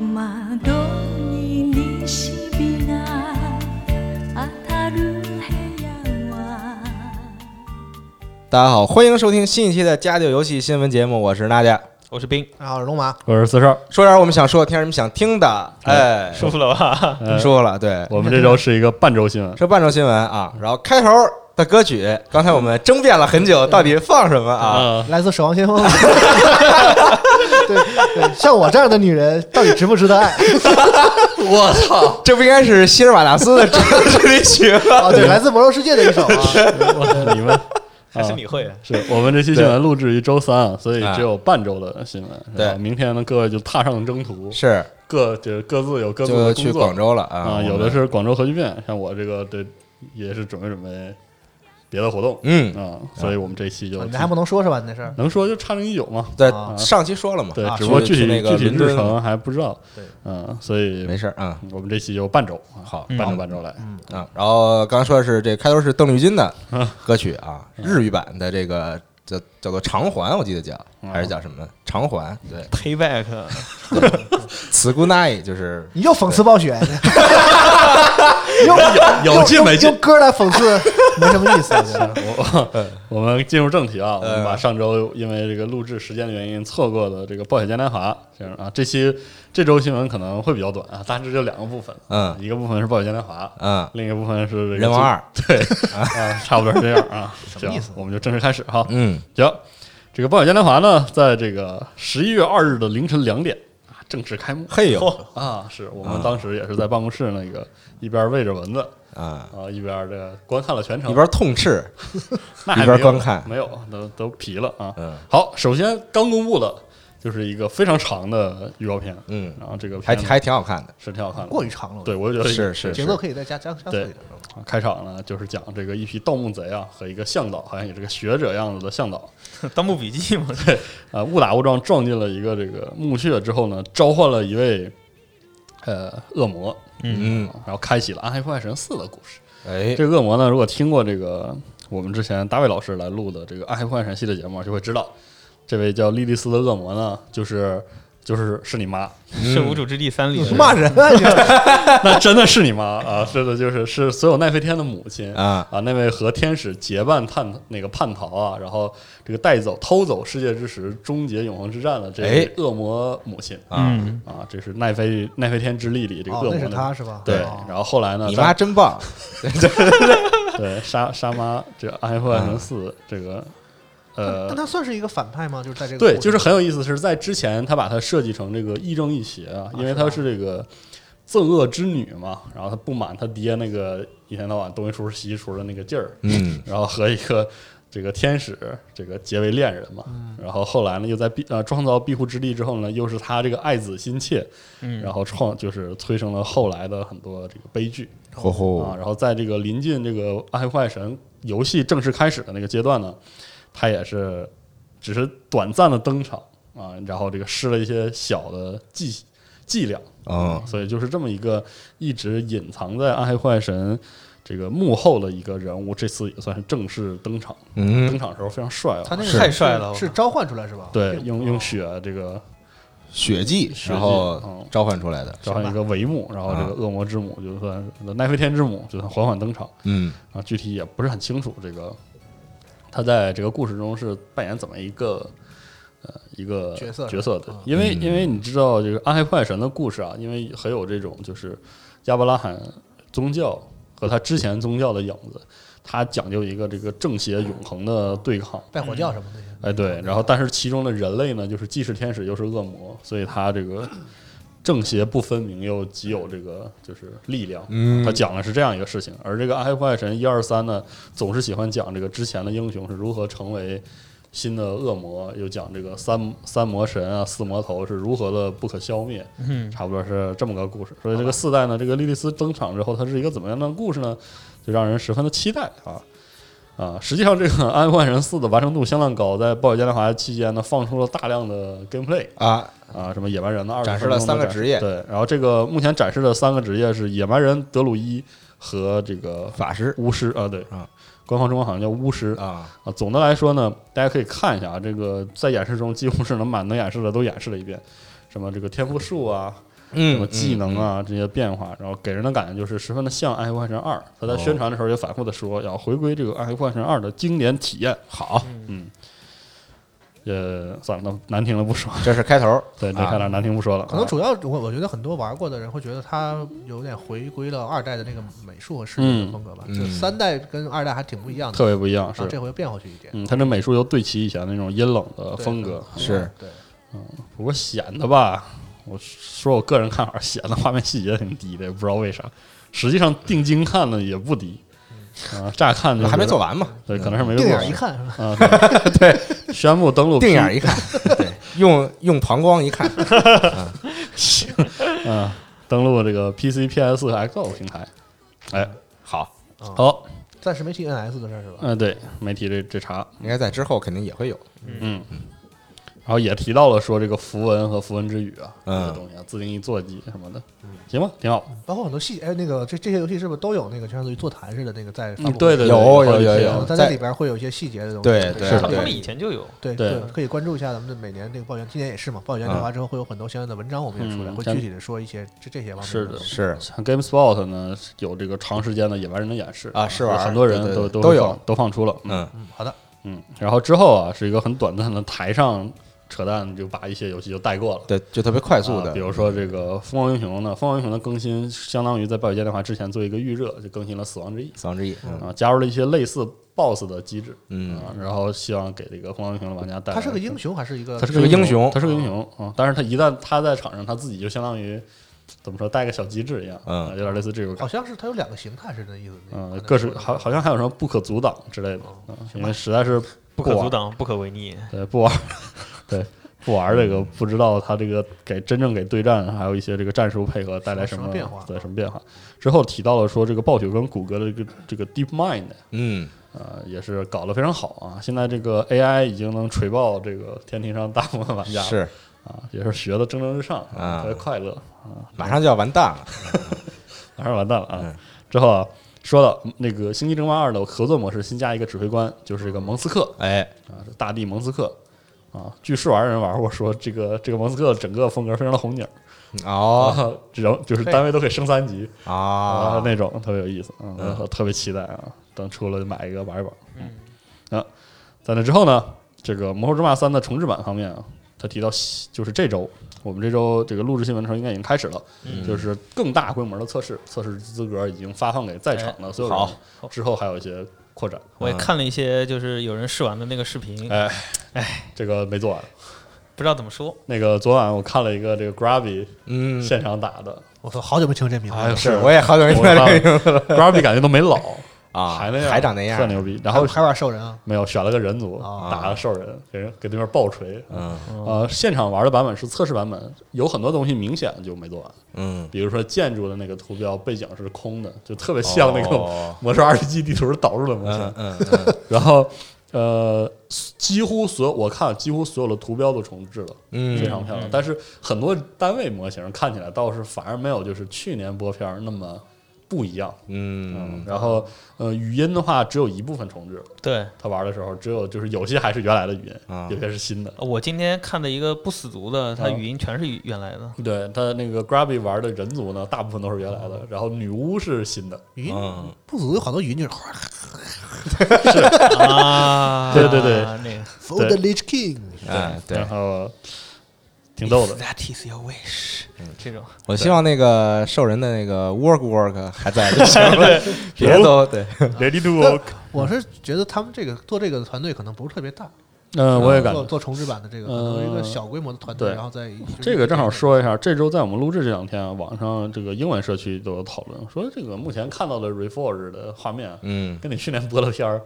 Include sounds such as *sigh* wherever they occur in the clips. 窓に西日が当たる部屋は大家好，欢迎收听新一期的《家教游戏新闻节目》，我是娜姐，我是冰。啊，我是龙马，我是四少，说点我们想说的，听点你们想听的。哎，舒服了吧？呃说了，对，我们这周是一个半周 *laughs* 新闻，说半周新闻啊，然后开头的歌曲，刚才我们争辩了很久，到底放什么啊？呃啊，来自《守望先锋》 *laughs* 对对，像我这样的女人到底值不值得爱？我嗯操，这不应该是希尔瓦达斯的主题曲 *laughs* 吗？啊，对，来自《魔兽世界》的一首啊。你们还呃是你会啊？ *laughs* 是我们这期新闻录制于周三啊，所以啊只有半周的新闻。对然后明天呢，各位就踏上征途，是，各就是各自有各自就的去工广作州了啊啊，有的，是广州核聚变，像我这个这也是准备准备别的活动嗯，啊，所以我们这期就 *laughs* 啊你还不能说是吧？你那事儿，能说就差零一九嘛，对，啊上期说了嘛，对啊，只不过去具去体那个具体伦敦日程还不知道对，嗯，所以没事儿啊，我们这期就半周啊，好半周半周来，啊，然后刚才说的是这开头是邓丽君的嗯歌曲啊，日语版的这个叫叫做《偿还》，我记得叫哦还是叫什么《偿还》？对 payback， s g u n a i 就是你又讽刺暴雪，用有用劲没用劲用歌来讽刺，没什么意思。我觉得我我们进入正题啊，我嗯们把上周因为这个录制时间的原因错过的这个《暴雪嘉年华》这样啊，这期这周新闻可能会比较短啊，大致就两个部分，啊嗯一个部分是《暴雪嘉年华》，嗯，另一个部分是这个人王二，对啊，差不多是这样 *laughs* 啊。什么意行思，我们就正式开始哈。嗯行，这个《暴雪嘉年华》呢，在这个十一月二日的凌晨两点啊正式开幕嘿呦啊，是我们当时也是在办公室那个一边喂着蚊子啊，啊，一边这个观看了全程，一边痛斥，那还一边没有观看没有，都都皮了啊。嗯好，首先刚公布的就是一个非常长的预告片，嗯，然后这个片还子还挺好看的，是挺好看的，过于长了，对，我就觉得是是节奏可以再加加加速一点。开场呢，就是讲这个一批盗墓贼啊和一个向导，好像也是个学者样子的向导《盗墓笔记》 *laughs* 嘛，啊、误打误撞撞进了一个这个墓穴之后呢，召唤了一位呃恶魔，嗯，然后开启了《暗黑破坏神四》的故事。哎，这个恶魔呢，如果听过这个我们之前大卫老师来录的这个《暗黑破坏神》系列节目，就会知道，这位叫莉莉丝的恶魔呢，就是就是是你妈， *laughs* 是《无主之地三》里嗯你骂人啊！你那真的是你妈啊，是的，就是是所有奈飞天的母亲啊啊，那位和天使结伴叛那个叛逃啊，然后这个带走偷走世界之石，终结永恒之战的这哎位恶魔母亲啊，嗯，啊，这是奈飞奈飞天之力里这个哦恶，魔那是的他是吧？对哦，然后后来呢？你妈真棒，对沙沙妈这《暗黑破坏神四》这个但呃但，他算是一个反派吗？就是在这个对，故事就是很有意思，是在之前他把它设计成这个亦正亦邪啊，因为她是这个憎恶之女嘛，然后她不满她爹那个一天到晚东一出西一出的那个劲儿， *laughs* 嗯然后和一个这个天使这个结为恋人嘛，然后后来呢又在庇呃创造庇护之地之后呢，又是他这个爱子心切，然后创就是催生了后来的很多这个悲剧吼啊，吼，然后在这个临近这个《暗黑破坏神》游戏正式开始的那个阶段呢，他也是只是短暂的登场啊，然后这个施了一些小的伎伎俩，嗯所以就是这么一个一直隐藏在《暗黑破坏神》这个幕后的一个人物，这次也算是正式登场。登嗯，场的时候非常帅他啊，那个哦是太帅了是是召唤出来是吧？对，并用用血这个血迹，血迹然后嗯召唤出来的，召唤一个帷幕，然后这个恶魔之母就算呃奈飞天之母就算缓缓登场嗯啊，具体也不是很清楚这个他在这个故事中是扮演怎么一个。呃，一个角色是吧角色的嗯，因为因为你知道这个《暗黑破坏神》的故事啊，因为很有这种就是亚伯拉罕宗教和他之前宗教的影子，他讲究一个这个正邪永恒的对抗，拜火教什么那些，哎，对，然后但是其中的人类呢，就是既是天使又是恶魔，所以他这个正邪不分明又极有这个就是力量。嗯他讲的是这样一个事情，而这个阿黑破坏神一二三呢，总是喜欢讲这个之前的英雄是如何成为新的恶魔，又讲这个三三魔神啊、四魔头是如何的不可消灭，嗯差不多是这么个故事。所以这个四代呢，这个莉莉丝登场之后，它是一个怎么样的故事呢？就让人十分的期待啊啊！实际上，这个《暗黑破坏神四》的完成度相当高，在暴雪嘉年华期间呢，放出了大量的 gameplay 啊，啊，什么野蛮人的二展示了三个职业对，然后这个目前展示的三个职业是野蛮人、德鲁伊和这个法师巫师啊，对啊，官方中文好像叫巫师啊，啊，总的来说呢，大家可以看一下啊，这个在演示中几乎是能把能演示的都演示了一遍，什么这个天赋树啊，什么嗯，技能嗯，啊这些变化，然后给人的感觉就是十分的像《暗黑破坏神二》。他在宣传的时候也反复的说，要回归这个《暗黑破坏神二》的经典体验。好，嗯，呃，算了，那难听了不说，这是开头，对，这啊看点难听不说了。可能主要我我觉得很多玩过的人会觉得它有点回归了二代的那个美术和视觉的风格吧，嗯就三代跟二代还挺不一样的，特别不一样，然后是啊这，回又变回去一点，嗯，他这美术又对齐以前那种阴冷的对风格，啊是嗯对，不过显得吧，我说我个人看法，显得画面细节挺低的，也不知道为啥。实际上定睛看呢也不低，啊、乍看就还没做完，完嘛，对，可能是没定做眼完一看是吧？啊，对，对宣布登陆 P, 定眼一 *laughs* 看，对，用用膀胱一看，嗯，登陆这个 PC、PS 和 Xbox 平台。哎，好，啊，好，暂时没提 NS 的事儿是吧？嗯、对，没提这这茬，应该在之后肯定也会有，嗯，然后也提到了说这个符文和符文之语啊，嗯这个东西啊，自定义坐骑什么的，行吧，挺好。包括很多戏，哎，那个这这些游戏是不是都有那个相当于座谈似的那个在发布嗯会？对嗯对对有有好几有天有了它在里边会有一些细节的东西。对对是啊他的们对以前就有，对对可以关注一下咱们的每年这个抱怨，今年也是嘛，抱怨年华之后会有很多相应的文章，我们也出来、嗯会咱具体的说一些这这些方面是的东西是像 GameSpot 呢，有这个长时间的野蛮人的演示啊试玩很多人对对对都都都有放都放出了，嗯嗯，好的，嗯，然后之后啊，是一个很短暂的台上扯淡，就把一些游戏就带过了。对，就特别快速啊的比，如说这个《疯狂英雄》呢，《疯狂英雄》的更新相当于在暴雪嘉年华之前做一个预热，就更新了《死亡之翼死亡之翼，》嗯啊，加入了一些类似 BOSS 的机制，嗯啊，然后希望给这个《疯狂英雄》的玩家带来他是个英，雄还是一个？他是是个英雄他是个英雄啊，但是他一旦他在场上，他自己就相当于怎么说，带个小机制一样，嗯啊有点类似这种感觉好。像是他有两个形态似的意思。那嗯个，各式好，好像还有什么不可阻挡之类的，啊因为实在是不可玩阻挡，不可违逆。对，不玩儿， *laughs* 对，不玩儿这个，不知道他这个给真正给对战还有一些这个战术配合带来什么么变化对什么变化。之后提到了说这个暴雪跟谷歌的这个这个 Deep Mind，嗯，呃，也是搞得非常好啊。现在这个 AI 已经能锤爆这个天庭上大部分玩家了是啊，也是学的蒸蒸日上啊特别快乐。马上就要完蛋 *laughs* 了，马上完蛋了啊！嗯之后啊，说到那个《星际争霸二》的合作模式，新加一个指挥官，就是这个蒙斯克哎，啊，这大地蒙斯克啊。据试玩人玩过说，这个这个蒙斯克整个风格非常的红警 *laughs* 哦啊，人就是单位都可以升三级啊，那种，特别有意思啊，嗯我特别期待啊，等出了就买一个玩一玩。嗯，啊，在那之后呢，这个《魔兽争霸三》的重置版方面啊。他提到西，就是这周，我们这周这个录制新闻的时候应该已经开始了，就是更大规模的测试，测试资格已经发放给在场的所有人，好之后还有一些扩展，我也看了一些，就是有人试玩的那个视频，嗯哎这个没做完。不知道怎么说。那个昨晚我看了一个这个 Grabby 嗯，现场打的，我操，好久没听这名字哎呦了，是，我也好久没我听到这个看了 Grabby 感觉都没老啊，还那样，还长那样特，牛逼。然后还玩兽人啊？没有选了个人族啊打了兽人，给人给对面爆锤。嗯呃，现场玩的版本是测试版本，有很多东西明显就没做完，嗯，比如说建筑的那个图标背景是空的，就特别 *laughs* 像那种哦 *laughs* 魔兽 RPG 地图导入的模型。嗯嗯嗯 *laughs* 然后呃，几乎所有我看几乎所有的图标都重置了，非嗯，常漂亮。但是很多单位模型看起来倒是反而没有就是去年播片儿那么不一样。嗯，然后呃，语音的话只有一部分重置，对他玩的时候只有就是有些还是原来的语啊音，有些是新的。我今天看的一个不死族的，它啊语音全是原来 *laughs* 的。对他那个 Grabby 玩的人族呢，大部分都是原来的，然后女巫是新的，语音嗯不足有好多语音就是啊， *laughs* 对对对那个 For the Lich King，哎，对然，后挺逗的 *laughs* If。That is your wish，这种我希望那个兽人的那个 work work 还 *laughs* 在就行了，别都对， Ready to work，我是觉得他们这个做这个的团队可能不是特别大，嗯，我也感做觉做重制版的这个，可呃能一个小规模的团队，对然后再以这个正好说一下，这周在我们录制这两天啊，网上这个英文社区都有讨论，说这个目前看到的 Reforge 的画面，啊嗯跟你去年播的片儿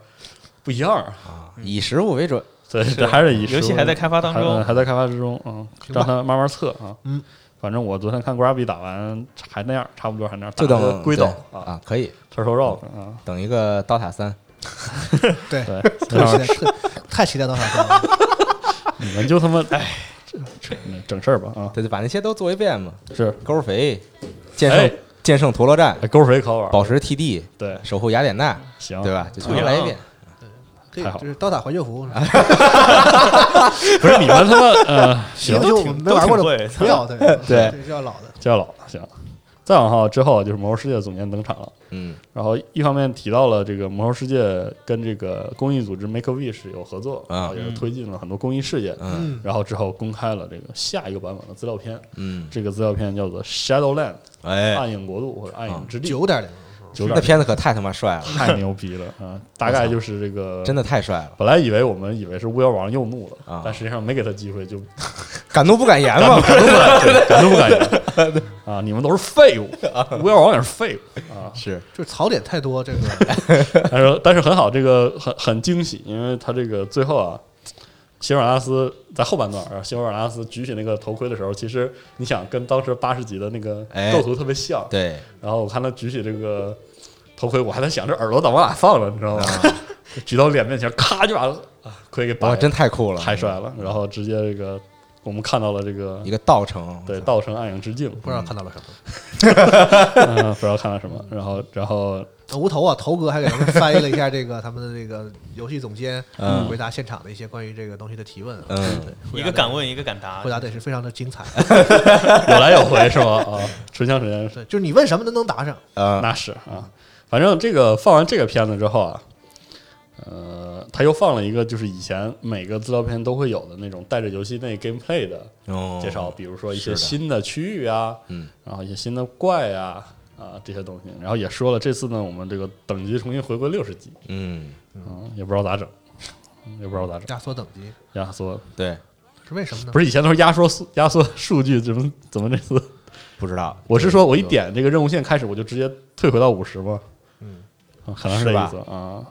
不一样儿，啊，以实物为准，对，这还是以游戏还在开发当中还还在开发之中，嗯，行吧让它慢慢测啊，嗯。反正我昨天看 Grabby 打完还那样，差不多还那样，就打了个等龟斗对啊，啊，可以特瘦肉啊，等一个刀塔三， *laughs* 对，对，特期待，特太期待到啥时候了？你们就他妈哎，这这整事儿吧啊，对，就把那些都做一遍嘛。是沟肥、剑哎圣、剑圣陀螺战、哎勾肥烤碗，宝石 TD、对，守护雅典娜，行，对？吧？就全啊部来一遍。可以太好，就是刀塔怀旧服，不是你们他妈呃， *laughs* 行也，就没玩过都挺的贵不要对 *laughs* 对这是要老的，叫老行。再往后之后就是魔兽世界总监登场了，嗯然后一方面提到了这个魔兽世界跟这个公益组织 Make a Wish 有合作，啊然后也是推进了很多公益事业。嗯嗯，然后之后公开了这个下一个版本的资料片，嗯，这个资料片叫做《Shadowland》哎，暗影国度或者暗影之地，九点零，九那点片子可太他妈帅了，太牛逼了啊！大概就是这个真的太帅了，本来以为我们以为是巫妖王又怒了，啊但实际上没给他机会就敢怒不敢言嘛。！对敢怒不敢言啊！你们都是废物，巫妖王也是废物啊 *laughs* 是，就是槽点太多，这 *laughs* 个但是但是很好，这个很很惊喜，因为他这个最后啊。希尔瓦纳斯在后半段，然后希尔瓦纳斯举起那个头盔的时候，其实你想跟当时八十级的那个哎构图特别像，对，然后我看他举起这个头盔，我还在想这耳朵咋往哪放了，你知道吗？ *laughs* 举到脸面前，咔就把啊盔给拔哇，了，啊真太酷了，嗯太帅了。然后直接这个我们看到了这个一个嗯道城，对道成暗影 *laughs* 之镜，不知道看到了什么。嗯不知道看到什么。然后然后无头啊，头哥还给他们翻译了一下这个他们的这个游戏总监嗯回答现场的一些关于这个东西的提问啊，嗯，一个啊敢问，一个敢答回。答的也是非常的精彩。啊有来有回是吗？啊，唇枪舌剑对，就是你问什么都能答上，呃，那是啊，反正这个放完这个片子之后啊，呃，他又放了一个就是以前每个资料片都会有的那种带着游戏内 gameplay 的哦介绍，比如说一是些的新的区域啊，嗯，然后一些新的怪啊啊这些东西，然后也说了这次呢，我们这个等级重新回归六十级，嗯，嗯，也不知道咋整， *laughs* 嗯也不知道咋整，压缩等级压缩对，是为什么呢？不是以前都是压缩 *laughs* 数压缩数据，怎么怎么这次？不知道，我是说我一点这个任务线开始，我就直接退回到五十吗？嗯，可能是这意思啊，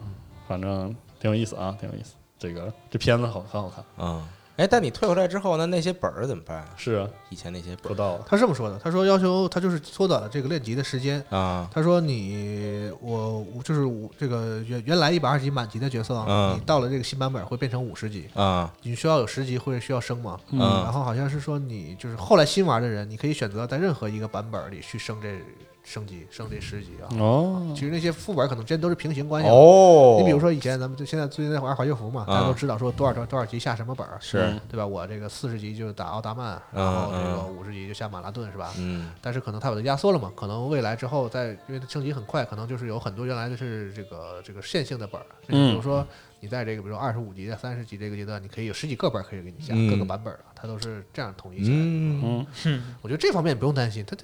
反正挺有意思啊，挺有意思。这个这片子好很好看，嗯，哎，但你退回来之后，那那些本儿怎么办啊？是啊，以前那些不本知道啊，他是这么说的，他说要求他就是缩短了这个练级的时间。儿啊，他说你我我就是我这个原原来一百二十级满级的角色啊，嗯你到了这个新版本会变成五十级，啊，你需要有十级会需要升嘛。嗯然后好像是说你就是后来新玩的人，你可以选择在任何一个版本里去升这升级升这十级啊。哦其，实那些副本可能之间都是平行关系的。嗯哦，你比如说以前咱们就现在最近在玩怀旧服嘛，大家啊都知道说多少多少多少级下什么本儿，是，对吧？我这个四十级就打奥达曼，嗯然后这个嗯五十级就下马拉顿，是吧？嗯，但是可能它把它压缩了嘛，可能未来之后在因为它升级很快，可能就是有很多原来的是这个这个线性的本儿，啊嗯比如说你在这个比如说二十五级、三十级这个阶段，你可以有十几个本儿可以给你下、嗯各个版本了，它都是这样统一起来。嗯，嗯，我觉得这方面不用担心，它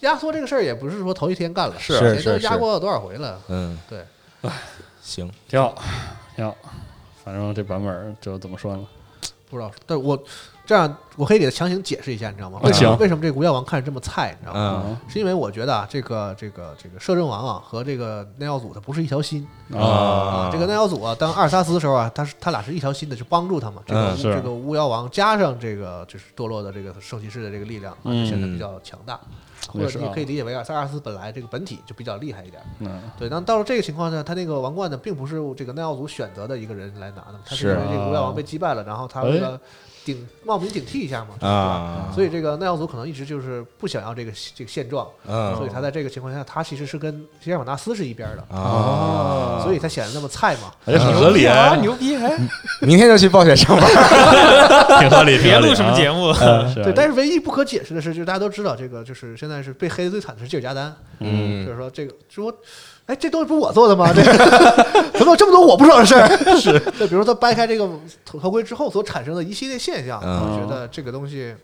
压缩这个事儿也不是说头一天干了，是以前是都是压过多少回了，嗯，对，行，挺好，挺好。反正这版本儿就怎么说呢？不知道。但我这样我可以给他强行解释一下，你知道吗？啊嗯为什么行为什么这个无药王看着这么菜，你知道吗？嗯是因为我觉得啊，这个这个这个摄政王啊和这个耐药组它不是一条心啊这个耐药组啊，当阿尔萨斯的时候啊，他是他俩是一条心的去帮助他嘛。这个、嗯巫是这个巫妖王加上这个就是堕落的这个圣骑士的这个力量啊，嗯就显得比较强大。或也者是你啊可以理解为阿尔萨斯本来这个本体就比较厉害一点，嗯，对。但到了这个情况下，他那个王冠呢，并不是这个耐药组选择的一个人来拿的，是他是因为这个巫妖啊王被击败了，然后他为哎了顶冒名顶替一下嘛，对吧？啊，所以这个耐药组可能一直就是不想要这个这个现状，所以嗯，他在这个情况下，他其实是跟希尔瓦纳斯是一边儿的，啊，所以才显得那么菜嘛。哎，很合理，牛逼，哎，明天就去暴雪上 *laughs* 班，挺合理，别录什么节目。目。*laughs* 嗯是啊对，但是唯一不可解释的是，就是大家都知道这个，就是现在是被黑的最惨的是吉尔加丹，就嗯，是说这个说，哎，这东西不是我做的吗？这个 *laughs* 怎么有这么多我不知道的事儿？是，对，比如说他掰开这个头头盔之后所产生的一系列现象，嗯我觉得这个东西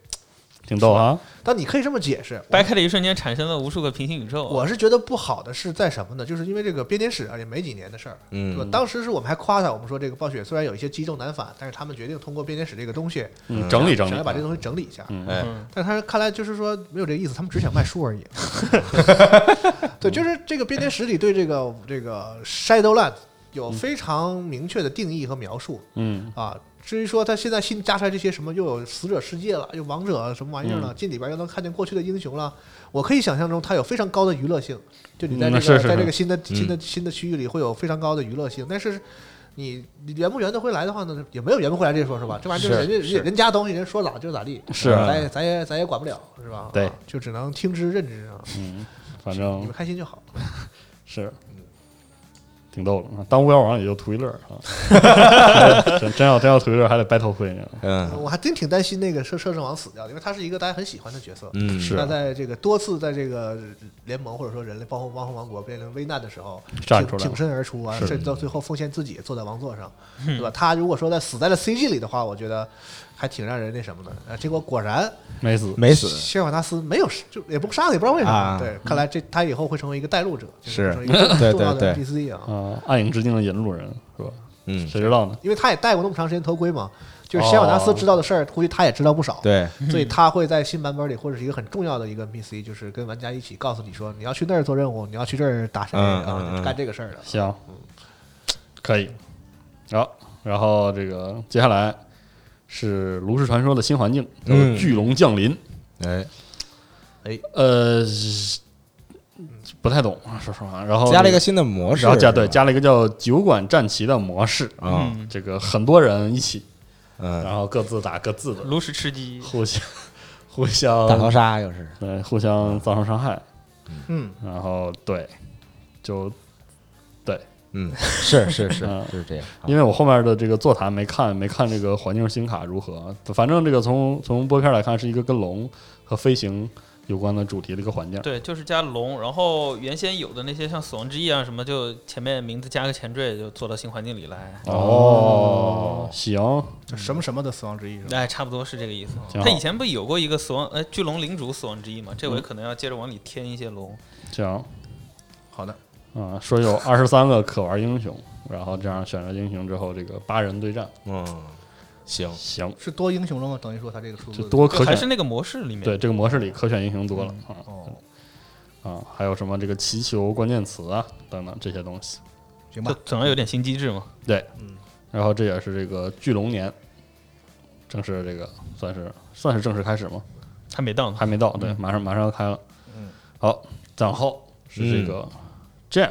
挺逗啊。但你可以这么解释，掰开的一瞬间产生了无数个平行宇宙。我是觉得不好的是在什么呢？就是因为这个编年史啊，也没几年的事儿，对吧？嗯，当时是我们还夸他，我们说这个暴雪虽然有一些积重难返，但是他们决定通过编年史这个东西，嗯，整理整想理要，把这东西整理一下。嗯哎嗯但是他看来就是说没有这个意思，他们只想卖书 *laughs* 而已。嗯对，就是这个编年史里对这个这个 Shadowland 有非常明确的定义和描述嗯啊。至于说他现在新加出来这些什么，又有死者世界了，又王者啊什么玩意儿嗯了，进里边又能看见过去的英雄了，我可以想象中它有非常高的娱乐性。就你在嗯这个、是是在这是个新的新的新的区域里会有非常高的娱乐性，但是你你圆不圆得回来的话呢，也没有圆不回来这说是吧？这玩意儿就是是人是家人家东西，人说咋就咋地，是啊咱也咱也咱也管不了是吧？对啊就只能听之任之啊，嗯，反你正们开心就好。 *laughs* 是挺逗的。啊当巫妖王也就图一乐儿啊，真真要真要图一乐儿，还得掰头盔呢。嗯我还真挺担心那个摄摄政王死掉的，因为他是一个大家很喜欢的角色。嗯是那在这个多次在这个联盟或者说人类包括汪红王国面临危难的时候，站出挺来挺身而出啊，是甚至到最后奉献自己坐在王座上，对吧？他如果说在死在了 CG 里的话，我觉得还挺让人那什么的。呃，结果果然没死，没死，希尔瓦纳斯没有就也不杀他，也不知道为什么。啊对，看来这他以后会成为一个带路者，就是成为一个对重要的对 NPC 啊，啊，暗影之境的引路人是吧？嗯，谁知道呢？因为他也戴过那么长时间头盔嘛，就是希尔瓦纳斯知道的事儿，估计他也知道不少。对，所以他会在新版本里，或者是一个很重要的一个 NPC，就是跟玩家一起告诉你说，你要去那儿做任务，你要去这儿打谁嗯啊，嗯嗯就干这个事儿的。行，可以。好，然后这个接下来是炉石传说的新环境，叫做嗯巨龙降临。哎，呃，不太懂，啊说实话。然后哎加了一个，新的模式，然后加对是吧加了一个叫酒馆战旗的模式。啊，嗯这个很多人一起，嗯，然后各自打各自的，炉石吃鸡，互相互大逃相杀又是，对互相造成伤害。嗯，然后对，就嗯，是是是嗯，就是这样，啊因为我后面的这个座谈没看，没看这个环境新卡如何。反正这个从从播片来看，是一个跟龙和飞行有关的主题的一个环境。对，就是加龙，然后原先有的那些像死亡之翼啊什么，就前面名字加个前缀，就做到新环境里来。哦，行，什么什么的死亡之翼是吧？哎，差不多是这个意思。挺好嗯他以前不有过一个死亡，呃，巨龙领主死亡之翼嘛？这回可能要接着往里添一些龙。行，好的，嗯，说有二十三个可玩英雄，然后这样选择英雄之后，这个八人对战，嗯，行，行，是多英雄了吗？等于说他这个数字就多就可还是嗯选。那个模式里面。对，这个模式里可选英雄多了啊哦，啊，还有什么这个祈求关键词啊等等这些东西。行就吧，总要有点新机制嘛。对，嗯然后这也是这个巨龙年，正式这个算是算是正式开始吗？还没 *laughs* 到呢，还没到，嗯对，马上马上要开了。好，然后是这个 Jeff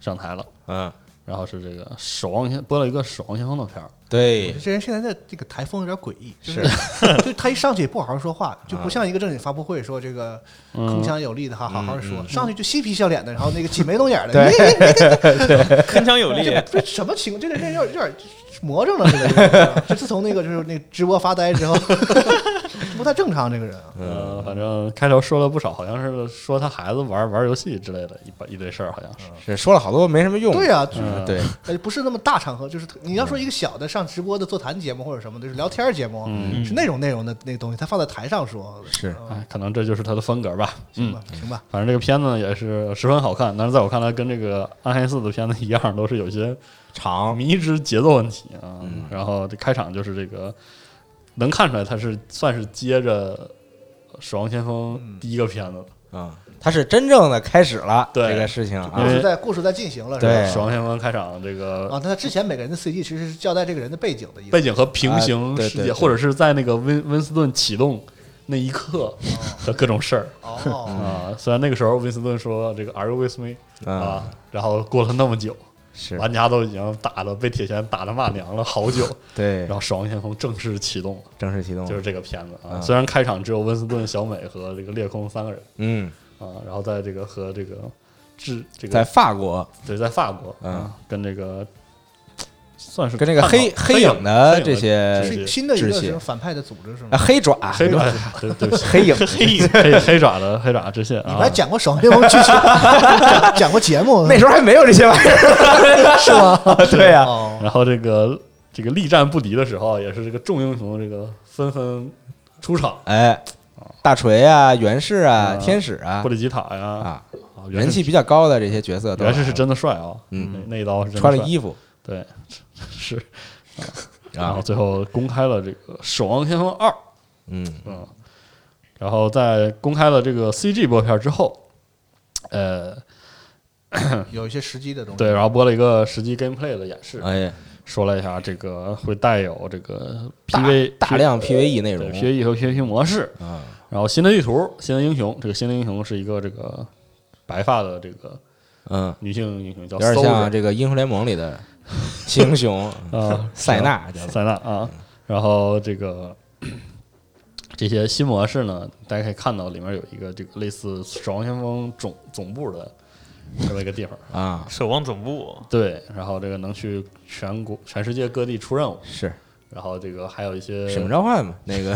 上台了，嗯，然后是这个守望先播了一个守望先锋的片儿，对，这人现在的这个台风有点诡异，就是嗯就他一上去也不好好说话，就不像一个正经发布会说这个嗯铿锵有力的哈，好好说，上去就嬉皮笑脸的，然后那个挤眉弄眼的，对，铿锵有力。这什么情况？这人有点有点魔怔了似 *laughs* 的。就自从那个就是那直播发呆之后， *laughs* 不太正常这个人啊。嗯呃，反正开头说了不少，好像是说他孩子玩玩游戏之类的一把一堆事儿，好像是。是说了好多没什么用，对呀、就是嗯对，呃不是那么大场合，就是你要说一个小的上直播的座谈节目或者什么的，就是聊天节目，嗯是那种内容的那个东西，他放在台上说，是哎，可能这就是他的风格吧。行嗯，吧，行吧，反正这个片子呢也是十分好看，但是在我看来，跟这个《暗黑四》的片子一样，都是有些长，迷之节奏问题啊。嗯然后这开场就是这个，能看出来他是算是接着《守望先锋》第一个片子，嗯，他是真正的开始了对这个事情啊故因，为事在故事在进行了，是《对吧？守望先锋》开场这个啊，那他之前每个人的 CG 其实是交代这个人的背景的意思背，景和平啊行对世对界，对或者是在那个温温斯顿启动那一刻哦的各种事儿。哦，啊，虽然那个时候温斯顿说这个 “Are you with me？” 嗯，啊，然后过了那么久，是，玩家都已经打的被铁拳打的骂娘了好久，对然，后《守望先锋》正式启动了，正式启动，就是这个片子啊。嗯虽然开场只有温斯顿、小美和这个裂空三个人嗯，啊，然后在这个和这个智这在个法国对在法国嗯啊，跟这个算是跟这个叛黑逃黑影的这些这是些新的一个致谢什么反派的组织是吗啊？黑爪，黑 *laughs* 爪，对 *laughs* 对不起，黑影，黑黑爪的黑爪之线你啊们还，讲过《守望先锋》剧情，讲 *laughs* 讲过节目那时候 *laughs* 还没有这些玩意儿， *laughs* 是吗？ *laughs* 对呀，哦，然后这个这个力战不敌的时候，也是这个众英雄这个纷纷出场。哎，大锤啊、源氏啊、啊天使啊布里吉塔啊，呀，啊源人氏气比较高的这些角色都来源氏了，是真的帅啊，嗯那那一刀是真的穿着帅衣服对 *laughs* 是，然 *laughs* 啊后，最后公开了这个《守望先锋二》，嗯嗯，然后在公开了这个 CG 播片之后，呃，有一些实际的东西。对，然后播了一个实际 gameplay 的演示，哎，说了一下这个会带有这个 PV 大量 PVE 内容对 E PVE 和 PVP 模式，啊，然后新的地图、新的英雄，这个新的英雄是一个这个白发的这个嗯，女性英雄叫有点 Soldier，像这个英雄联盟里的 *laughs* 新英 *laughs* 雄啊塞纳叫做，塞纳啊，然后这个这些新模式呢，大家可以看到里面有一个这个类似《守望先锋总》总部的这么一个地方，啊，守望总部，对，然后这个能去全国、全世界各地出任务，是然后这个还有一些使命召唤嘛，那个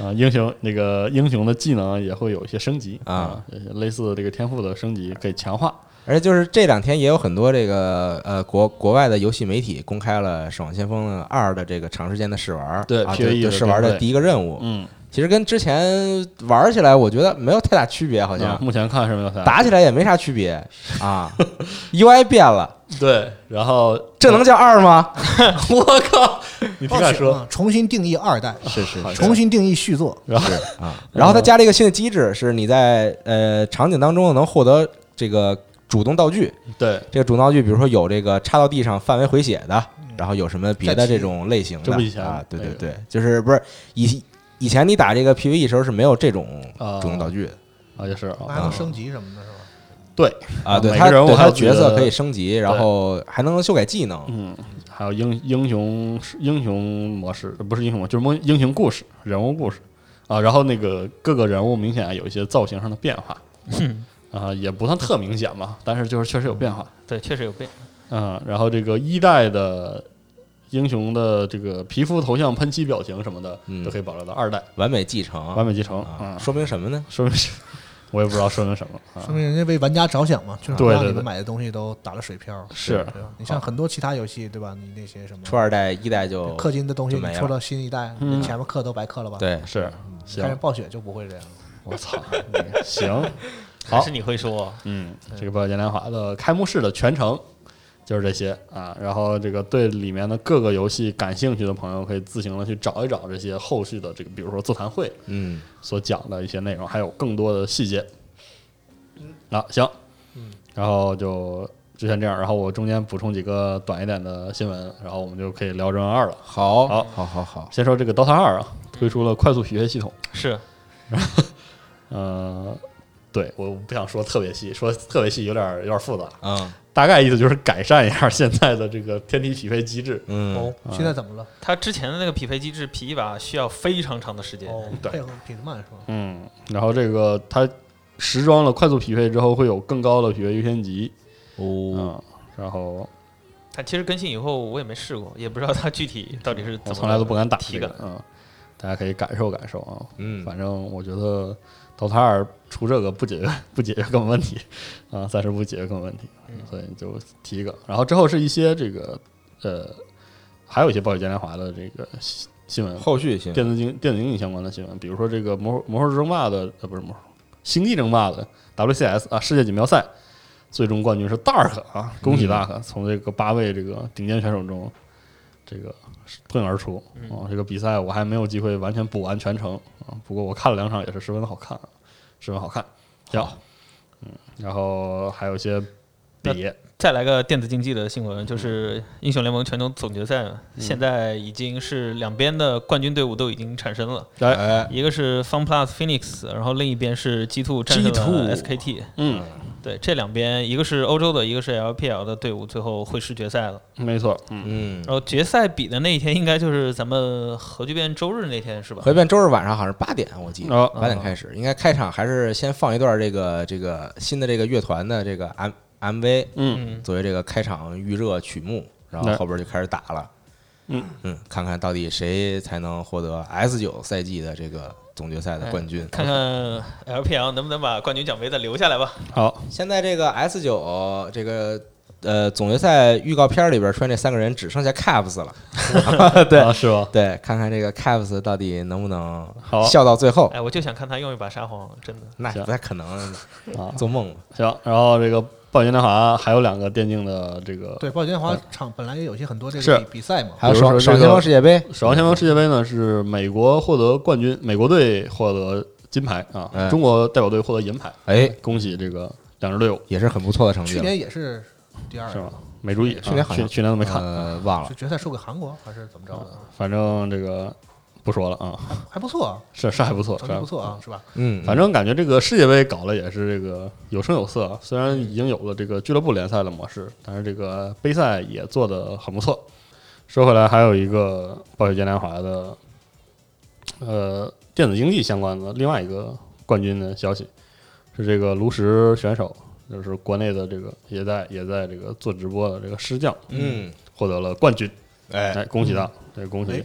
啊，英雄那个英雄的技能也会有一些升级啊啊，也是类似这个天赋的升级可以强化。而且就是这两天也有很多这个呃国国外的游戏媒体公开了《守望先锋二》的这个长时间的试玩儿，对啊，就 PVE 就的试玩儿的对第一个任务，嗯，其实跟之前玩儿起来我觉得没有太大区别，好啊像目前看是没有啥打起来也没啥区 *laughs* 别啊，UI 变了，对，然后这能叫二 *laughs* 吗？我靠，你报听敢喜说啊重新定义二代，是是是重新定义续作， *laughs* 然后啊，然后它加了一个新的机制，是你在呃场景当中能获得这个主动道具，对，这个主动道具比如说有这个插到地上范围回血的，然后有什么别的这种类型嗯这的不以前啊，对那对个对，就是不是以以前你打这个 PVE 时候是没有这种啊主动道具的啊也是还能啊，升级什么的，是吧？对啊，对每它个人物对还它有的自己角色的可以升级，然对后还能修改技能，嗯，还有英英雄英雄模式，呃不是英雄模式，就是模英雄故事、人物故事啊。然后那个各个人物明显有一些造型上的变化，啊，也不算特明显吧，但是就是确实有变化。对，确实有变。嗯，然后这个一代的英雄的这个皮肤头像、喷漆表情什么的，嗯都可以保留到二代，完美继承，完美继承啊，啊。说明什么呢？说明 *laughs* 是，我也不知道说明什么啊说。明人家为玩家着想嘛，就是不对让对你们对买的东西都打了水漂。是对吧？你像很多其他游戏，对吧？你那些什么出二代、一代就氪金的东西，就没你了出到新一代，嗯你前面氪都白氪了吧？，对，是，但是行，暴雪就不会这样。我操，行，还好是你会说， *laughs* 嗯，这个《爆笑嘉年华》的开幕式的全程就是这些啊。然后这个对里面的各个游戏感兴趣的朋友，可以自行的去找一找这些后续的这个，比如说座谈会嗯，所讲的一些内容，还有更多的细节。啊，行，然后就就先这样。然后我中间补充几个短一点的新闻，然后我们就可以聊《真二》了。好，好好，好，好，先说这个《DOTA 二》啊，推出了快速匹配系统。是呃，对，我不想说特别细，说特别细有点有点复杂。嗯大概意思就是改善一下现在的这个天梯匹配机制。嗯，哦现在怎么了？他之前的那个匹配机制，匹一把需要非常长的时间。对哦配合匹兹曼是吧？嗯，然后这个它时装了快速匹配之后，会有更高的匹配优先级。哦，嗯，然后它其实更新以后我也没试过，也不知道它具体到底是怎我么。从来都不敢打体这个感。。嗯，大家可以感受感受啊。嗯，反正我觉得《DOTA 二》出这个不解决不解决根本问题啊，暂时不解决根本问题，所以就提一个。然后之后是一些这个呃，还有一些暴雪嘉年华的这个新新闻，后续行，电子竞电子竞技相关的新闻，比如说这个魔兽魔兽争霸的呃不是魔兽星际争霸的 WCS 啊世界锦标赛，最终冠军是 Dark 啊，恭喜 Dark、从这个八位这个顶尖选手中这个脱颖而出啊、这个比赛我还没有机会完全补完全程啊，不过我看了两场也是十分的好看，十分好看。行，嗯，然后还有一些别再来个电子竞技的新闻，就是英雄联盟全球总决赛，现在已经是两边的冠军队伍都已经产生了，哎哎，一个是 FunPlus Phoenix，然后另一边是 G Two 战胜了 SKT。嗯，对，这两边一个是欧洲的，一个是 LPL 的队伍，最后会师决赛了。没错，嗯，嗯，然后决赛比的那一天，应该就是咱们核聚变周日那天是吧？回变周日晚上好像是八点，我记得哦八点开始，应该开场还是先放一段这个这个新的这个乐团的这个 M MV，嗯作为这个开场预热曲目，然后那后边就开始打了。嗯看看到底谁才能获得 S 九赛季的这个总决赛的冠军？哎看看 LPL 能不能把冠军奖杯再留下来吧。好，现在这个 S 九这个呃总决赛预告片里边出现这三个人只剩下 Caps *laughs* 了，对啊，是吧？对，看看这个 Caps 到底能不能好笑到最后，哎，我就想看他用一把沙皇，真的。那行不太可能，啊，做梦吧。行。然后这个暴雪年华还有两个电竞的这个对，暴雪华场本来也有些很多这是个比比赛嘛，还有比如说爽爽这个前锋世界杯，守望先锋世界杯呢，是美国获得冠军，美国队获得金牌啊，哎中国代表队获得银牌，哎，恭喜这个两支队伍也是很不错的成绩去了。年也是第二是，吧？美注意，哎去年啊好去像去年都没看，呃，忘了是决赛输给韩国还是怎么着的？反正这个不说了啊，还还不错啊，是是还不错，成是绩还不错啊，，是吧？嗯，反正感觉这个世界杯搞了也是这个有声有色啊，虽然已经有了这个俱乐部联赛的模式，但是这个杯赛也做得很不错。说回来，还有一个暴雪嘉年华的呃电子竞技相关的另外一个冠军的消息，是这个炉石选手，就是国内的这个也在也在这个做直播的这个狮将，，嗯，获得了冠军，哎，哎，恭喜他，对，恭喜哎你。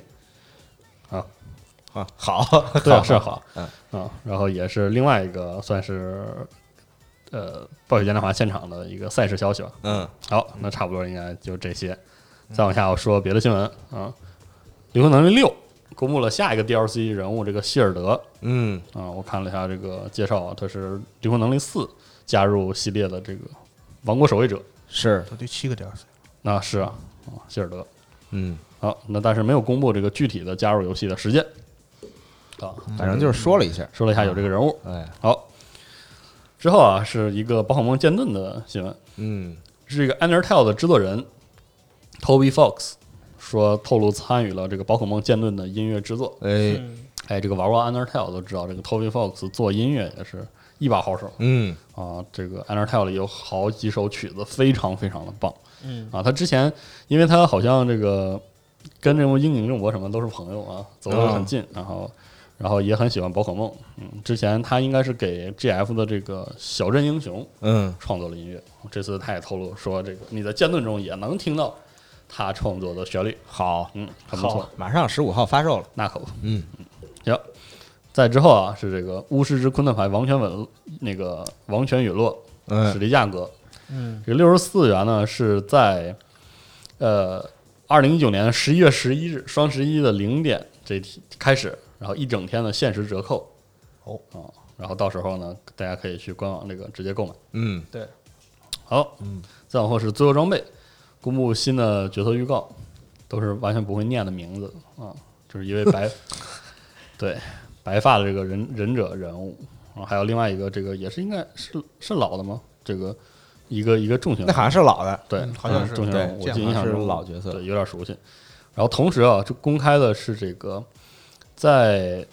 啊好，对啊，是好，嗯啊，然后也是另外一个算是呃暴雪嘉年华现场的一个赛事消息吧。嗯，好，那差不多应该就这些，再往下我说别的新闻啊。灵魂能力六公布了下一个 DLC 人物这个希尔德嗯，啊，我看了一下这个介绍，啊，他是灵魂能力四加入系列的这个王国守卫者。是，都第七个 DLC，那是啊，啊，希尔德，嗯，好，那但是没有公布这个具体的加入游戏的时间啊，反正就是说了一下，说了一下有这个人物，哎，好，之后啊是一个《宝可梦剑盾》的新闻，嗯，是这个 Undertale 的制作人 Toby Fox 说透露参与了这个《宝可梦剑盾》的音乐制作。哎，嗯，哎，这个玩过 Undertale 都知道，这个 Toby Fox 做音乐也是一把好手嗯，啊。这个 Undertale 里有好几首曲子非常非常的棒嗯，啊。他之前，因为他好像这个跟这种樱井正博什么都是朋友啊，走得很近，然后。然后也很喜欢宝可梦，嗯，之前他应该是给 GF 的这个小镇英雄嗯，创作了音乐。这次他也透露说，这个你在剑盾中也能听到他创作的旋律，好，嗯，很不错好，，马上十五号发售了，那可不。嗯，再之后啊，是这个巫师之昆特牌王权稳那个王权陨落史嗯，迪价格，嗯，这个六十四元呢是在呃二零一九年十一月十一日双十一的零点这天开始，然后一整天的限时折扣。哦啊，然后到时候呢，大家可以去官网这个直接购买。嗯，对，好，嗯，再往后是最后装备，公布新的角色预告，都是完全不会念的名字啊，就是因为白，对，白发的这个忍忍者人物，然后还有另外一个这个也是应该是是老的吗？这个一个一个重型那好像是老的，对，嗯好像是重型人物，对我记印象好像是中老角色对，有点熟悉。然后同时啊，这公开的是这个在。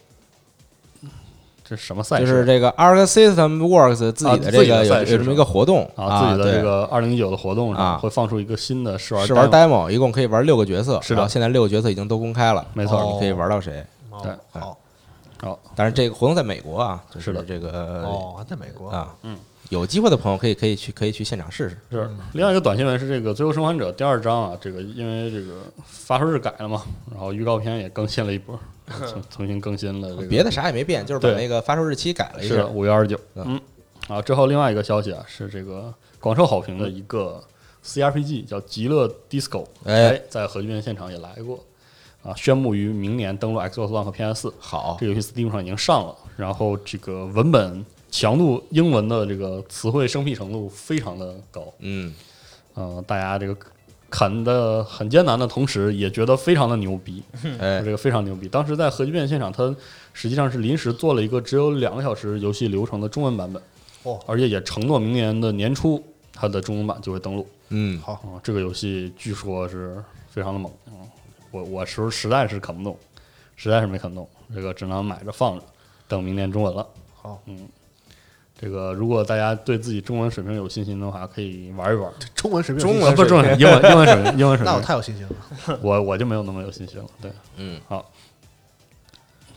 这是什么赛事？就是这个 Arc System Works 自己的这啊自己的个赛有事有这么一个活动啊，自己的对这个二零一九的活动上啊会放出一个新的试玩是玩 demo demo，一共可以玩六个角色，是的然后现在六个角色已经都公开了，哦没错你可以玩到谁？对好但是这个活动在美国啊，就是的这呃个哦，还在美国，啊，嗯，有机会的朋友可以可以去可以去现场试试，是另外一个短新闻是这个《最后生还者》第二章啊，这个因为这个发售日改了嘛，然后预告片也更新了一波，重重新更新了这个别的啥也没变，就是把对那个发售日期改了一是下，五月二十九，嗯嗯，啊之后另外一个消息啊是这个广受好评的一个 CRPG 叫《极乐 DISCO》，哎哎，在核聚变现场也来过，啊，宣布于明年登陆 Xbox One 和 PS 4好这，个游戏 Steam 上已经上了，然后这个文本强度，英文的这个词汇生僻程度非常的高，嗯，呃，大家这个啃的很艰难的同时，也觉得非常的牛逼，哎这，个非常牛逼。当时在核聚变现场，它实际上是临时做了一个只有两个小时游戏流程的中文版本，哦而且也承诺明年的年初它的中文版就会登陆。嗯，啊、这个游戏据说是非常的猛，嗯、我我时候实在是啃不动，实在是没啃动，这个只能买着放着，等明年中文了。好，嗯，这个如果大家对自己中文水平有信心的话，可以玩一玩。中文水平中有信文心啊，不是中文，英文英文水平，*laughs* 英文水那我平，太有信心了，我我就没有那么有信心了。对，嗯，好。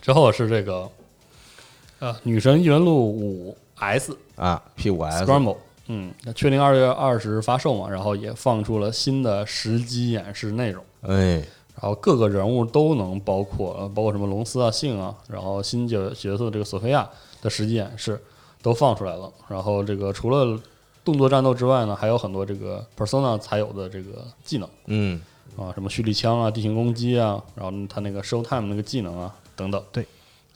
之后是这个，呃，《女神异闻录五 S 啊，P 五 S， Scramble》，嗯，那确定二月二十发售嘛，然后也放出了新的实机演示内容，哎，然后各个人物都能包括，呃包括什么龙丝啊、信啊，然后新角角色这个索菲亚的实际演示都放出来了。然后这个除了动作战斗之外呢，还有很多这个 Persona 才有的这个技能嗯，啊，什么蓄力枪啊、地形攻击啊，然后它那个 Show Time 那个技能啊等等，对，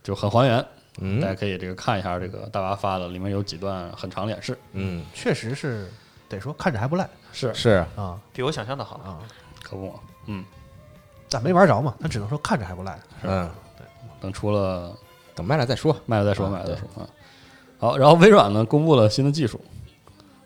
就很还原。嗯大家可以这个看一下这个大巴发的，里面有几段很长的演示。嗯，确实是得说看着还不赖是，是，啊比我想象的好。啊，可不嘛，嗯，咱没玩着嘛，但只能说看着还不赖。嗯，等出了等卖了再说。卖了再说，啊卖了再说啊。好，然后微软呢公布了新的技术，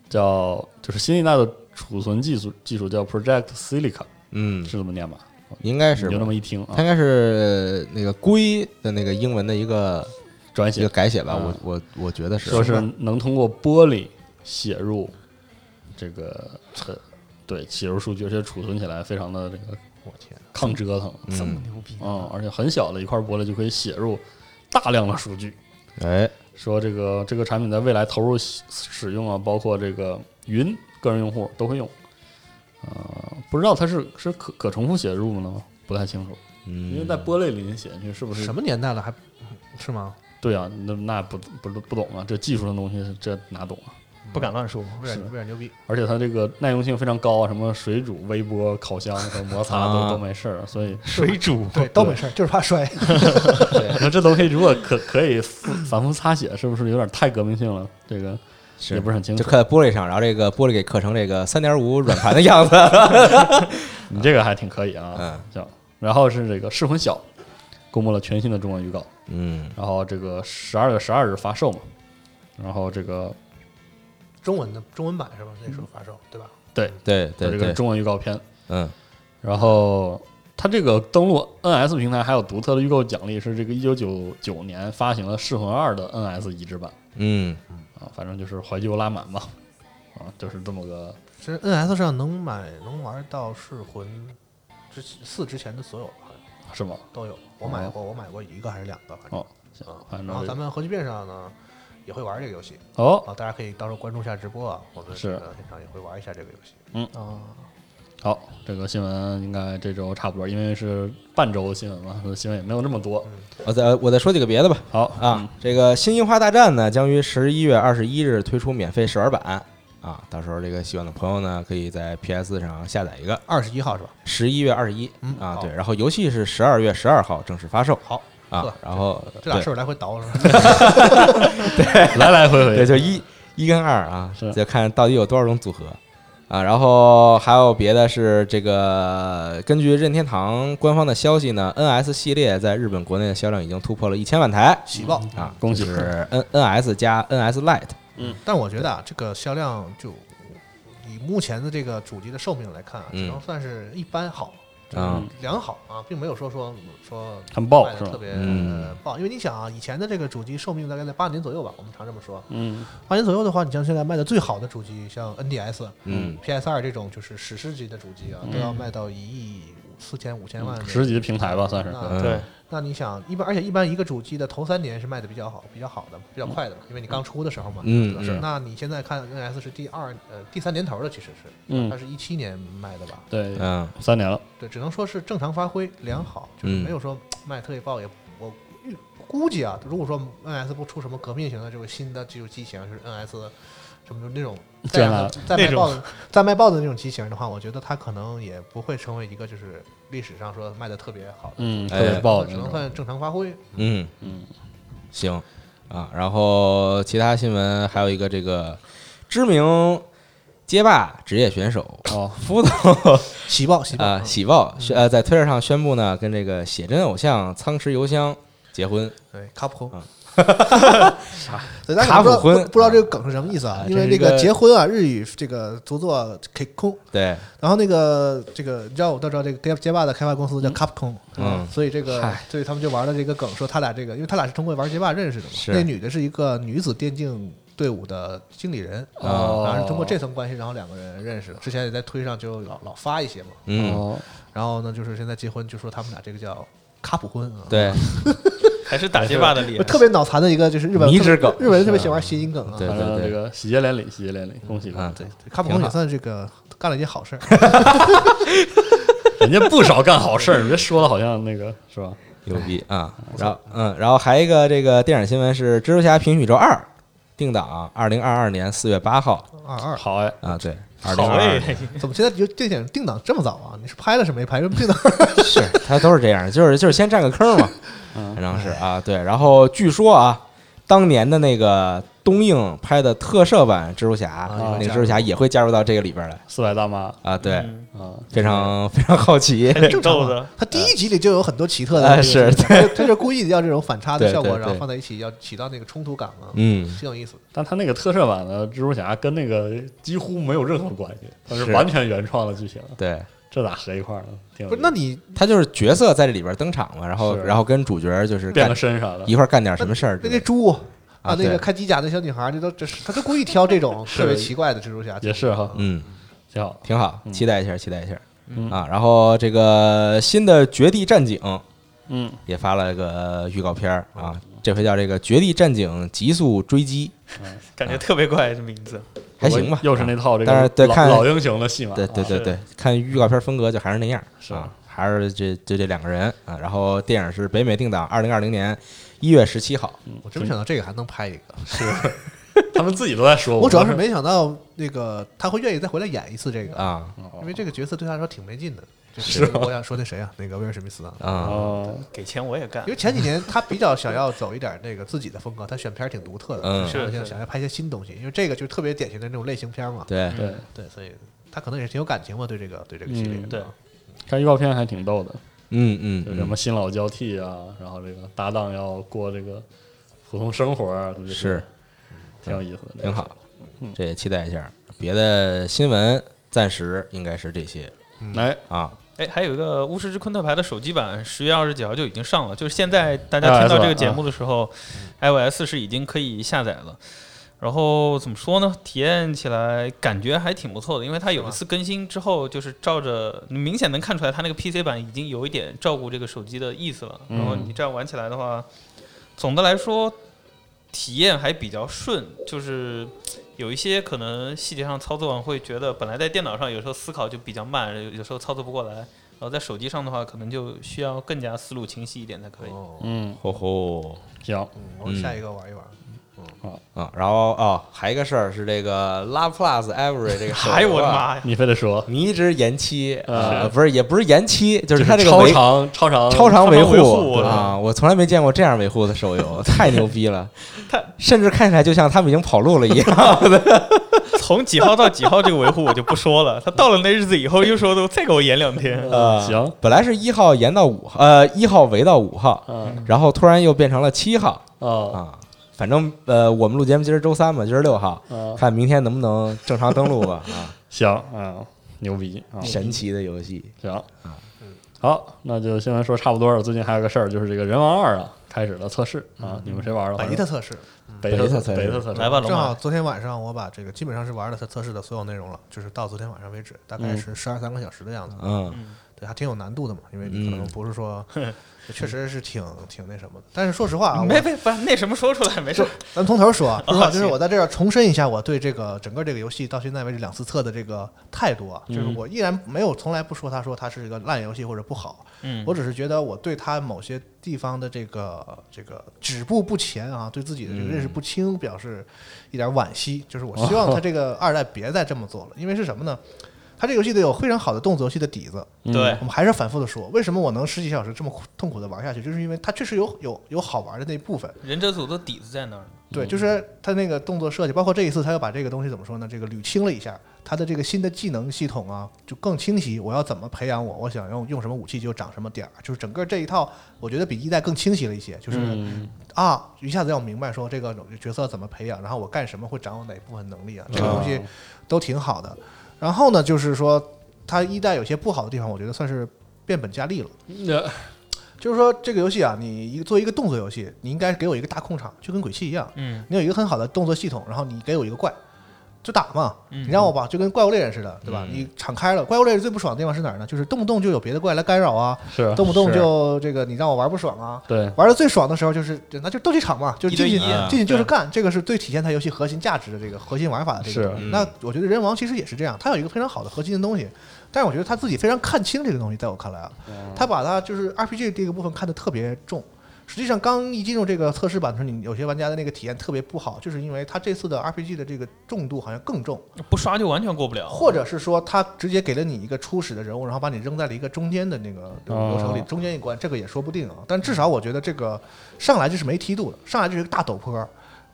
叫就是新一代的储存技术技术叫 Project Silica，嗯，是这么念吧？应该你是吧就那么一听它应啊，该是那个硅的那个英文的一个转一个写改写吧，啊我我我觉得是，嗯说是能通过玻璃写入这个呃对写入数据，而且储存起来非常的这个我天，抗折腾，这么嗯，牛逼！嗯，而且很小的一块玻璃就可以写入大量的数据。哎，说这个这个产品在未来投入使使用啊，包括这个云个人用户都会用。呃，不知道它是是可可重复写入呢吗？不太清楚，因为嗯，在玻璃里面写进去是不是什？么年代了还是吗？对啊，那那不不不懂啊，这技术的东西这哪懂啊？不敢乱说，有点有点牛逼，而且它这个耐用性非常高啊，什么水煮、微波、烤箱和摩擦都、啊都没事儿，所以水煮对，都没事儿， *laughs* 就是怕摔。 *laughs* 对这东西如果可可以复反复擦写，是不是有点太革命性了？这个是也不是很清就楚。刻在玻璃上，然后这个玻璃给刻成这个三点五软盘的样子。 *laughs* 你这个还挺可以啊，嗯行。然后是这个《噬魂小》，公布了全新的中文预告，嗯，然后这个十二月十二日发售嘛，然后这个中文的中文版是吧？那时候发售对吧？对有这对个对，中文预告片，嗯然后它这个登录 NS 平台还有独特的预购奖励，是这个一九九九年发行了《噬魂二》的 NS 移植版嗯，啊，反正就是怀旧拉满吧，啊，就是这么个其实 NS 上能买能玩到噬魂之四之前的所有好像是吗？都有，我买过，我买过一个还是两个，反正啊哦，行，反正然后这咱个们核聚变上呢也会玩这个游戏哦，啊，大家可以到时候关注一下直播啊，我们是这个现场也会玩一下这个游戏。啊！好，这个新闻应该这周差不多，因为是半周新闻嘛，所以新闻也没有那么多。我再我再说几个别的吧。好嗯啊，，这个《新樱花大战》呢，将于十一月二十一日推出免费试玩版啊，到时候这个喜欢的朋友呢，可以在 PS 上下载一个。二十一号是吧？十一月二十一嗯啊，好对，然后游戏是十二月十二号正式发售。好啊呵，然后这俩对事儿来回倒是吧？ *laughs* 嗯来来回对，回，就一一跟二啊是，就看到底有多少种组合啊。然后还有别的是这个，根据任天堂官方的消息呢，NS 系列在日本国内的销量已经突破了一千万台喜报。啊，嗯恭喜就是 N NS 加 NS Lite，但我觉得啊，这个销量就以目前的这个主机的寿命来看啊，嗯只能算是一般好，啊嗯良好啊，并没有说说说很爆卖是的特吧？别嗯呃爆，因为你想啊，以前的这个主机寿命大概在八年左右吧，我们常这么说，嗯，八年左右的话，你像现在卖的最好的主机，像 NDS、嗯 PS 二这种就是史诗级的主机啊，都要卖到一亿四千五千万的嗯十几个平台吧，算是。啊那嗯对，那你想，一般而且一般一个主机的头三年是卖的比较好、比较好的、比较快的嘛，因为你刚出的时候嘛，嗯对吧是那你现在看 NS 是第二呃第三年头了，其实是，嗯它是一七年卖的吧？对，嗯三年了，对，只能说是正常发挥良好，就是嗯没有说卖特别爆，也我预估计啊，如果说 NS 不出什么革命型的这个新的这种机型，就是 NS 什么就那种这再样卖的再卖那种爆的再卖爆的那种机型的话，我觉得它可能也不会成为一个就是历史上说卖的特别好的。嗯，特哎别爆的只那能种。算正常发挥，嗯，嗯，行啊，然后其他新闻还有一个这个知名街霸职业选手哦， *laughs* 福头。喜报喜报啊，喜报宣呃在推特上宣布呢，跟这个写真偶像仓石由香结婚。对，卡普空啊。对大卡家可能不知道普空不不知道这个梗是什么意思啊啊？因为这这是一个个结婚啊，日语这个读作 k i k o 对，然后那个这个你知道我都知道这个街街霸的开发公司叫 Capcom，嗯所以这个嗨所以他们就玩了这个梗，说他俩这个，因为他俩是通过玩街霸认识的嘛。是那女的是一个女子电竞队伍的经理人，啊哦然后是通过这层关系，然后两个人认识的。之前也在推上就老老发一些嘛。嗯，哦，然后呢，就是现在结婚，就说他们俩这个叫卡普婚啊。对，还是打街霸的厉我害。特别脑残的一个就是日本迷之梗日本人特别喜欢玩谐音梗啊。对反正这个喜结连理，喜结连理，恭喜恭啊喜！对，卡普空也算这个干了一件 *laughs* 好事儿。人家不少干好事儿，别说的好像那个是吧？ *laughs* 牛逼啊！然后嗯，然后还一个这个电影新闻是《蜘蛛侠：平行宇宙二》定档二零二二年四月八号二二好哎，啊，对，二零好二二哎，怎么现在就定点定档这么早啊？你是拍了是没拍？为什么定档？是，他都是这样，就是就是先占个坑嘛，反正是啊，对。然后据说啊，当年的那个东映拍的特摄版蜘蛛侠，啊那个蜘蛛侠也会加入到这个里边来四百大妈啊，对，嗯啊，非常非常好奇， *laughs* 还挺正常 *laughs* 逗啊的。他第一集里就有很多奇特的哎那个是东西，他他就是故意要这种反差的对效果，对对然后放在一起，要起到那个冲突感嘛，嗯，挺有意思的。但他那个特摄版的蜘蛛侠跟那个几乎没有任何关系，他是是完全原创的剧情，对。这咋合一块儿呢？挺有不是，意那思你他就是角色在这里边登场嘛，然后是然后跟主角就是变干个身啥的，一块儿干点什么事儿之那类那的，猪啊啊，那对个看机甲那小女孩，这都这是他就故意挑 *laughs* 这种特别奇怪的蜘蛛侠，也是哈，嗯，挺好。挺好，嗯期待一下，期待一下嗯啊。然后这个新的《绝地战警》嗯，也发了个预告片儿啊，这回叫这个《绝地战警：极速追击感觉特别怪这名字，》，还行吧，又是那套这但是对个老看老英雄的戏码，对对啊对是对，看预告片风格就还是那样，是啊，还是这就这两个人啊。然后电影是北美定档二零二零年一月十七号，嗯我真没想到这个还能拍一个，他们自己都在说，我主 *laughs* 要是没想到那个他会愿意再回来演一次这个，啊哦因为这个角色对他来说挺没劲的。就是我想说那谁啊，那个威尔史密斯啊，啊哦，给钱我也干因。为前几年他比较想要走一点那个自己的风格，他选片儿挺独特的，嗯然后是想是想要拍一些新东西，因为这个就是特别典型的那种类型片嘛，对嗯对，对，所以他可能也是挺有感情嘛，对这个对这个系列嗯啊，对看预告片还挺逗的，嗯嗯有什么嗯新老交替啊，然后这个搭档要过这个普通生活啊，就是挺有意思的，挺好，嗯这也期待一下。别的新闻暂时应该是这些来，啊，哎，还有一个《巫师之昆特牌》的手机版，十月二十几号就已经上了。啊就是现在大家听到这个节目的时候，iOS 是已经可以下载了。然后怎么说呢？体验起来感觉还挺不错的，因为它有一次更新之后，就是照着你明显能看出来，它那个 PC 版已经有一点照顾这个手机的意思了。嗯然后你这样玩起来的话，总的来说体验还比较顺，就是有一些可能细节上操作上会觉得，本来在电脑上有时候思考就比较慢，有有时候操作不过来，然后在手机上的话，可能就需要更加思路清晰一点才可以。哦，嗯，吼吼行，嗯我说下一个玩一玩，啊。然后哦，还有一个事儿是这个 La Plus Every 这个手游啊， *laughs* 哎呦我的妈呀！你非得说，你一直延期啊是，不是也不是延期， *laughs* 就是它这个超维长超长超长维护护啊！我从来没见过这样维护的手游，太牛逼了！太甚至看起来就像他们已经跑路了一样。从几号到几号这个维护我就不说 *laughs* 了，他到了那日子以后又说再给我延两天，啊嗯行，本来是一号延到五号，呃，一号围到五号，嗯然后突然又变成了七号啊啊。反正呃，我们录节目今儿周三嘛，今儿六号，啊，看明天能不能正常登录吧。啊，行啊，牛逼啊，神奇的游戏，行，啊好，那就新闻说差不多了。最近还有个事儿，就是这个人王二啊，开始了测试嗯啊，你们谁玩了？百一的测试，贝贝塔塔测试贝塔测试，来吧，龙正好马，昨天晚上我把这个基本上是玩了他测试的所有内容了，就是到昨天晚上为止，大概嗯是十二三个小时的样子，嗯对，还挺有难度的嘛，因为你可能嗯不 *laughs* 是说，确实是挺挺那什么的。但是说实话啊，我没没不那什么说出来 *laughs* 没事就，咱们从 *laughs* 头说啊，哦说实话，就是我在这儿重申一下我对这个整个这个游戏到现在为止两次测的这个态度啊，就是嗯我依然没有从来不说它说它是一个烂游戏或者不好，嗯我只是觉得我对它某些地方的这个这个止步不前啊，对自己的这个认识不嗯清表示一点惋惜，就是我希望它这个二代别再这么做了，因为是什么呢？它这个游戏得有非常好的动作游戏的底子，对我们嗯还是反复的说，为什么我能十几小时这么苦痛苦的玩下去，就是因为它确实有有有好玩的那一部分。忍者组的底子在那儿，对，就是他那个动作设计，包括这一次他又把这个东西怎么说呢？这个捋清了一下，他的这个新的技能系统啊，就更清晰。我要怎么培养我？我想用用什么武器就长什么点儿，就是整个这一套，我觉得比一代更清晰了一些。就是、嗯啊，一下子要明白说这个角色怎么培养，然后我干什么会掌握哪部分能力啊，这个东西都挺好的。然后呢，就是说它一代有些不好的地方，我觉得算是变本加厉了。那就是说这个游戏啊，你一个做一个动作游戏，你应该给我一个大空场，就跟鬼泣一样，嗯，你有一个很好的动作系统，然后你给我一个怪，就打嘛，嗯你让我把就跟怪物猎人似的，对吧？你敞开了，怪物猎人最不爽的地方是哪儿呢？就是动不动就有别的怪来干扰啊，是动不动是就这个你让我玩不爽啊。对嗯玩的最爽的时候就是那就斗鸡场嘛，就一进对去一啊进去就是对干，这个是最体现它游戏核心价值的这个核心玩法的这个是东西。嗯那我觉得人王其实也是这样，它有一个非常好的核心的东西，但是我觉嗯得他自己非常看清这个东西，在我看来啊，他把它就是 RPG 这个部分看得特别重。实际上，刚一进入这个测试版的时候，你有些玩家的那个体验特别不好，就是因为它这次的 RPG 的这个重度好像更重，不刷就完全过不了。或者是说它直接给了你一个初始的人物，然后把你扔在了一个中间的那个流程里，哦中间一关，这个也说不定啊。但至少我觉得这个上来就是没梯度的，上来就是个大陡坡，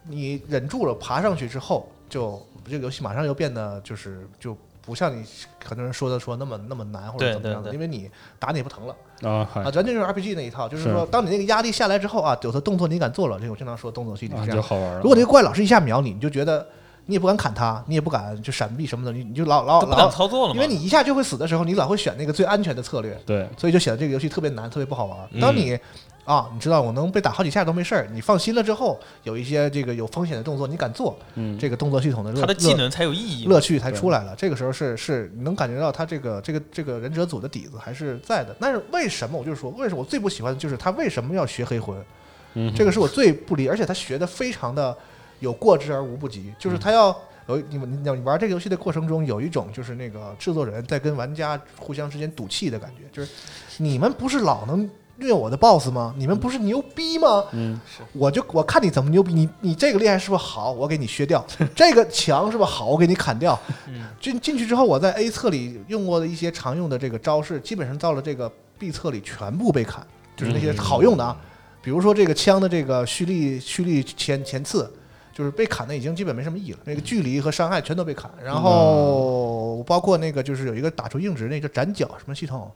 你忍住了爬上去之后，就这个游戏马上又变得就是就不像你很多人说的说那么那么难或者对怎么对样的，对哎因为你打你也不疼了。啊，嗨啊，咱这就是 RPG 那一套，就是是说，当你那个压力下来之后啊，有的动作你敢做了，这个我经常说动作戏理啊是这就样。好玩了。如果这个怪老是一下秒你，你就觉得你也不敢砍他，你也不敢就闪避什么的，你你就老老他不敢老，操作了因嘛，为你一下就会死的时候，你老会选那个最安全的策略，对所以就显得这个游戏特别难，特别不好玩嗯。当你啊，你知道我能被打好几下都没事儿，你放心了之后，有一些这个有风险的动作你敢做，嗯这个动作系统的乐他的技乐能才有意义嘛。乐趣才出来了。这个时候是是能感觉到他这个这个这个忍者组的底子还是在的。但是为什么我就是说，为什么我最不喜欢的就是他为什么要学黑魂？嗯这个是我最不理，而且他学的非常的有过之而无不嗯及，就是他要。有你们，你你玩这个游戏的过程中，有一种就是那个制作人在跟玩家互相之间赌气的感觉，就是你们不是老能虐我的 BOSS 吗？你们不是牛逼吗？嗯，我就我看你怎么牛逼，你你这个厉害是不是好？我给你削掉，这个强是不是好？我给你砍掉。进进去之后，我在 A 侧里用过的一些常用的这个招式，基本上到了这个 B 侧里全部被砍，就是那些好用的啊，比如说这个枪的这个蓄力蓄力前前刺，就是被砍的已经基本没什么意义了，那个距离和伤害全都被砍，然后包括那个就是有一个打出硬直那个斩角什么系统，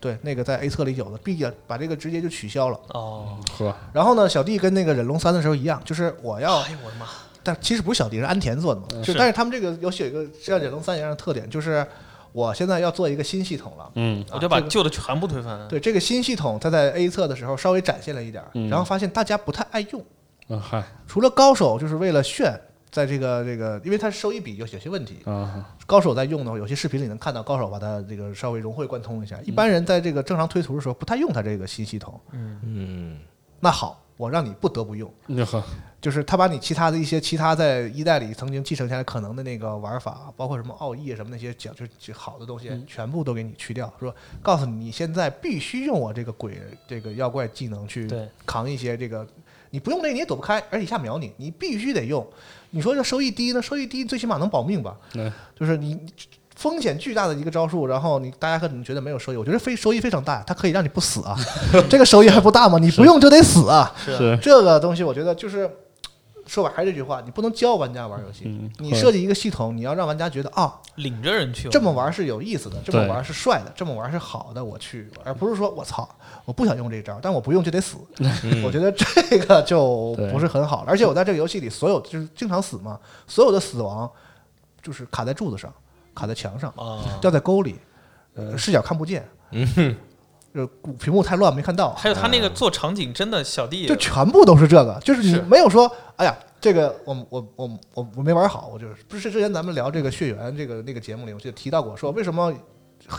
对，那个在 A 侧里有的，B 也把这个直接就取消了。哦，呵，然后呢，小弟跟那个忍龙三的时候一样，就是我要哎呦我的妈！但其实不是小弟，是安田做的嗯嘛。就是但是他们这个游戏有一个像《忍龙三》一样的特点，就是我现在要做一个新系统了。嗯啊我就把这个旧的全部推翻。对这个新系统，它在 A 侧的时候稍微展现了一点儿，嗯然后发现大家不太爱用，啊嗨除了高手，就是为了炫。在这个这个，因为它收益比有有些问题，啊高手在用的话，有些视频里能看到高手把它这个稍微融会贯通一下。一般人在这个正常推图的时候不太用它这个新系统。嗯，那好，我让你不得不用，你呵就是他把你其他的一些其他在一代里曾经继承下来可能的那个玩法，包括什么奥义啊什么那些讲就是好的东西，全部都给你去掉，说告诉你你现在必须用我这个鬼这个妖怪技能去对扛一些这个，你不用这个你也躲不开，而且一下秒你，你必须得用。你说这收益低，那收益低最起码能保命吧？对，就是你风险巨大的一个招数，然后你大家可能觉得没有收益，我觉得非收益非常大，它可以让你不死 *laughs* 啊，这个收益还不大吗？你不用就得死啊，是这个东西，我觉得就是说白还是这句话，你不能教玩家玩游戏。嗯你会设计一个系统，你要让玩家觉得啊，领着人去这么玩是有意思的，这么玩是帅的，这么玩是好的，我去，而不是说我操，我不想用这招，但我不用就得死。我觉得这个就不是很好了。而且我在这个游戏里，所有就是经常死嘛，所有的死亡就是卡在柱子上，卡在墙上，啊，掉在沟里，呃视角看不见，嗯，就屏幕太乱没看到，还有他那个做场景真的小弟也就全部都是这个，就是你是没有说，哎呀，这个我我我我我没玩好，我就是不是之前咱们聊这个血缘这个那个节目里，我就提到过，说为什么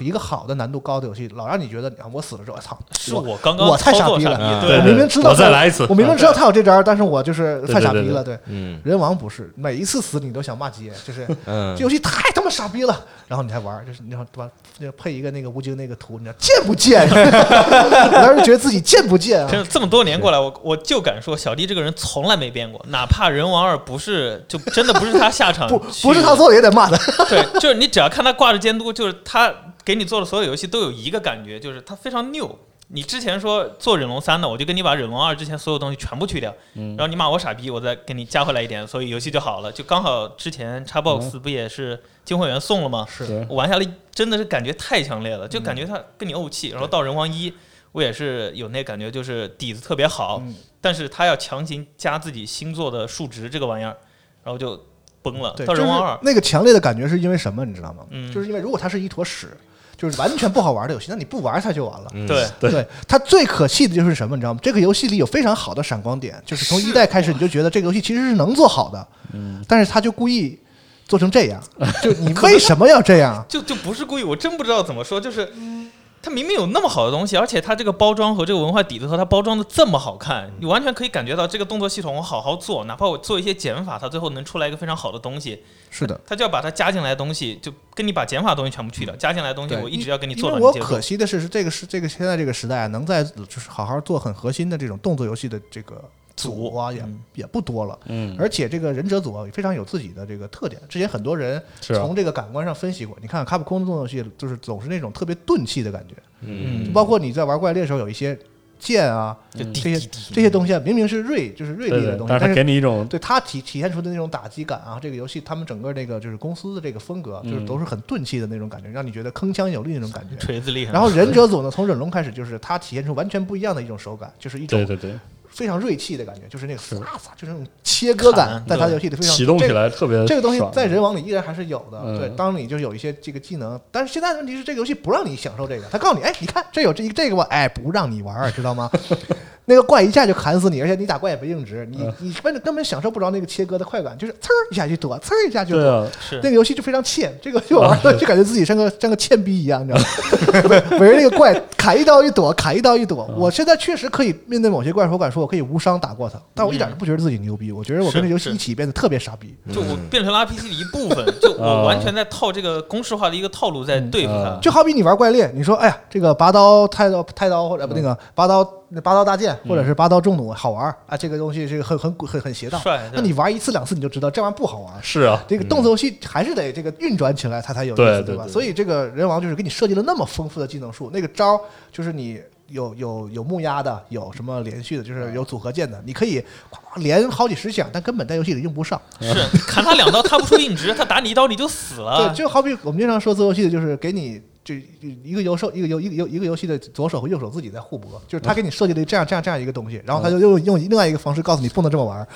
一个好的难度高的游戏，老让你觉得啊我死了之后，操，是我我刚刚我太傻操作逼上了也嗯对我对明明知道我再他来一次我明明知道他有这招，但是我就是对太傻对逼对了，对。嗯人王不是每一次死你都想骂街，就是 *laughs* 嗯这游戏太他妈傻逼了，然后你还玩儿，就是你要对吧？那配一个那个吴京那个图，你知道贱不贱？ *laughs* 我当时觉得自己贱不贱啊真？的这么多年过来，我我就敢说，小弟这个人从来没变过，哪怕人王二不是，就真的不是他下场 *laughs* 不，呃去不是他做的也得骂他。对，就是你只要看他挂着监督，就是他给你做的所有游戏都有一个感觉，就是他非常拗。你之前说做忍龙三的，我就跟你把忍龙二之前所有东西全部去掉，嗯然后你骂我傻逼，我再给你加回来一点，所以游戏就好了。就刚好之前 Xbox 不也是金会员送了吗？嗯是嗯对我玩下来真的是感觉太强烈了，就感觉他跟你怄气。然后到人王一，我也是有那感觉，就是底子特别好，嗯但是他要强行加自己星座的数值这个玩意儿，然后就崩了。对，到就是人王二，那个强烈的感觉是因为什么，你知道吗？嗯就是因为如果它是一坨屎，就是完全不好玩的游戏，那你不玩它就完了。嗯对。对它最可气的就是什么，你知道吗？这个游戏里有非常好的闪光点，就是从一代开始你就觉得这个游戏其实是能做好的，嗯但是他就故意 *laughs* 做成这样，就你为什么要这样？就就不是故意，我真不知道怎么说，就是。它明明有那么好的东西，而且它这个包装和这个文化底子和它包装的这么好看，你完全可以感觉到这个动作系统我好好做，哪怕我做一些减法，它最后能出来一个非常好的东西。是的，它就要把它加进来的东西，就跟你把减法的东西全部去掉，加进来的东西对，我一直要跟你做到因为你我接受可。惜的是，是这个是这个现在这个时代啊，能在就是好好做很核心的这种动作游戏的这个组啊，也嗯也不多了。嗯，而且这个忍者组啊，也非常有自己的这个特点。之前很多人是啊从这个感官上分析过，你看卡普空的动作游戏，就是总是那种特别钝器的感觉，嗯就包括你在玩怪猎的时候，有一些剑啊，就嗯滴这些滴滴这些东西啊，明明是锐，就是锐对利的对东，西，但是但它是给你一种对它体体现出的那种打击感啊，这个游戏他们整个这个就是公司的这个风格，就是嗯都是很钝器的那种感觉，让你觉得铿锵有力的那种感觉。 *laughs* *laughs* 锤子厉害。然后忍者组呢，从忍龙开始，就是它体现出完全不一样的一种手感，就是一对种对对，非常锐气的感觉，就是那个是撒撒，就是那种切割感，砍在它的游戏里非常启动起这个来特别这个东西爽在人网里依然还是有的，嗯对。当你就有一些这个技能，但是现在问题是这个游戏不让你享受这个，他告诉你，哎，你看这有这一个这个吧，哎，不让你玩儿，知道 *laughs* 吗？那个怪一下就砍死你，而且你打怪也没硬直，嗯你你根本根本享受不着那个切割的快感，就是呲儿一下去躲，呲儿一下就对躲。啊，是啊那个游戏就非常欠， *laughs* 这个游戏我玩的就感觉自己像个像个欠逼一样，你知道吗？ *laughs* 围着那个怪砍一刀一躲，砍一刀一躲。啊我现在确实可以面对某些怪兽，我敢说我可以无伤打过它，但我一点都不觉得自己牛逼，我觉得我跟这游戏嗯是一起变得特别傻逼。就我变成了 RPG 的一部分，就我嗯啊完全在套这个公式化的一个套路嗯在对付它啊。就好比你玩怪猎，你说哎呀，这个拔刀太刀太刀或者不那嗯个拔刀拔刀大剑，或者是拔刀重弩好玩儿啊，这个东西这个很很很很邪道帅。那对你玩一次两次你就知道这玩意儿不好玩。是啊，这个动作游戏还是得这个运转起来，它才有意思，对对吧？对所以这个人王就是给你设计了那么丰富的技能树，那个招儿就是你有有有木压的，有什么连续的，就是有组合键的，你可以夸夸连好几十响，但根本在游戏里用不上。是砍他两刀，他不出硬直，他打你一刀你就死了对，。就好比我们经常说做游戏的，就是给你这一个游手一个游一个游一个游戏的左手和右手自己在互搏，就是他给你设计了这样这样这样一个东西，然后他就又用另外一个方式告诉你不能这么玩儿，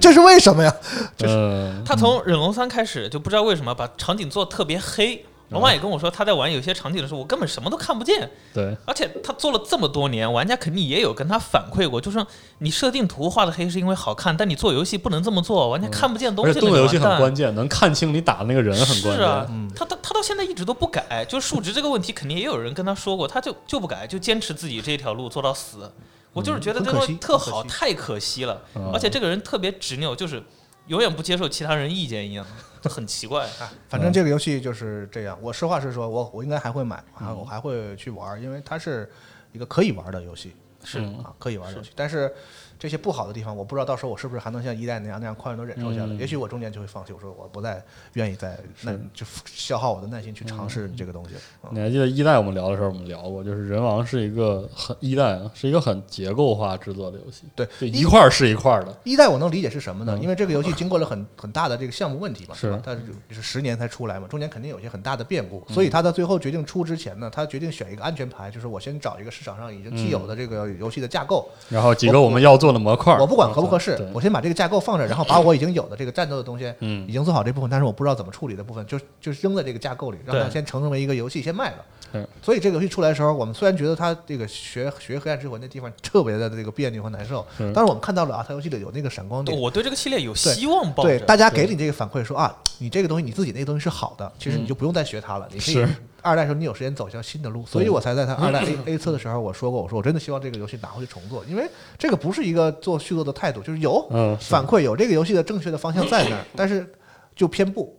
这是为什么呀？就是嗯，他从忍龙三开始就不知道为什么把场景做得特别黑。老嗯板也跟我说，他在玩有些场景的时候，我根本什么都看不见。对，而且他做了这么多年，玩家肯定也有跟他反馈过，就是你设定图画的黑是因为好看，但你做游戏不能这么做，玩家看不见东嗯而西了。且动作游戏你完很蛋关键，能看清你打的那个人很关是啊键，，他他他到现在一直都不改，就数值这个问题，肯定也有人跟他说过，他就就不改，就坚持自己这条路做到死。我就是觉得嗯很这可东西惜特很可好，惜啊太可惜了嗯，而且这个人特别执拗，就是永远不接受其他人意见一样，就很奇怪。啊反正这个游戏就是这样。我实话实说，我我应该还会买，还我还会去玩儿，因为它是一个可以玩儿的游戏是啊，可以玩儿的游戏。但是这些不好的地方，我不知道到时候我是不是还能像一代那样那样宽容的忍受下来。嗯也许我中间就会放弃，我说我不再愿意再耐就消耗我的耐心去尝试这个东西了。嗯你还记得一代我们聊的时候，我们聊过，就是《人王》是一个很一代啊，是一个很结构化制作的游戏，对就一块儿是一块儿的，一代我能理解是什么呢？嗯因为这个游戏经过了很很大的这个项目问题嘛，是吧？它就是十年才出来嘛，中间肯定有一些很大的变嗯故，所以他在最后决定出之前呢，他决定选一个安全牌，就是我先找一个市场上已经既嗯有的这个游戏的架构，然后几个我们要做的模块儿，我不管合不合啊适对，我先把这个架构放这儿，然后把我已经有的这个战斗的东西嗯已经做好这部分，但是我不知道怎么处理的部分，就就扔在这个架构里，让它对先成为一个游戏先卖了。是所以这个游戏出来的时候，我们虽然觉得它这个学学黑暗之魂的地方特别的这个别扭和难受，是但是我们看到了啊，它游戏里有那个闪光点，我对这个系列有希望抱对，着，大家给你这个反馈说啊，你这个东西你自己那个东西是好的，其实你就不用再学它了，你可以是。二代的时候，你有时间走向新的路，所以我才在他二代 A A 测的时候，我说过，我说我真的希望这个游戏拿回去重做，因为这个不是一个做续作的态度，就是有嗯是反馈，有这个游戏的正确的方向在那儿，但是就偏不。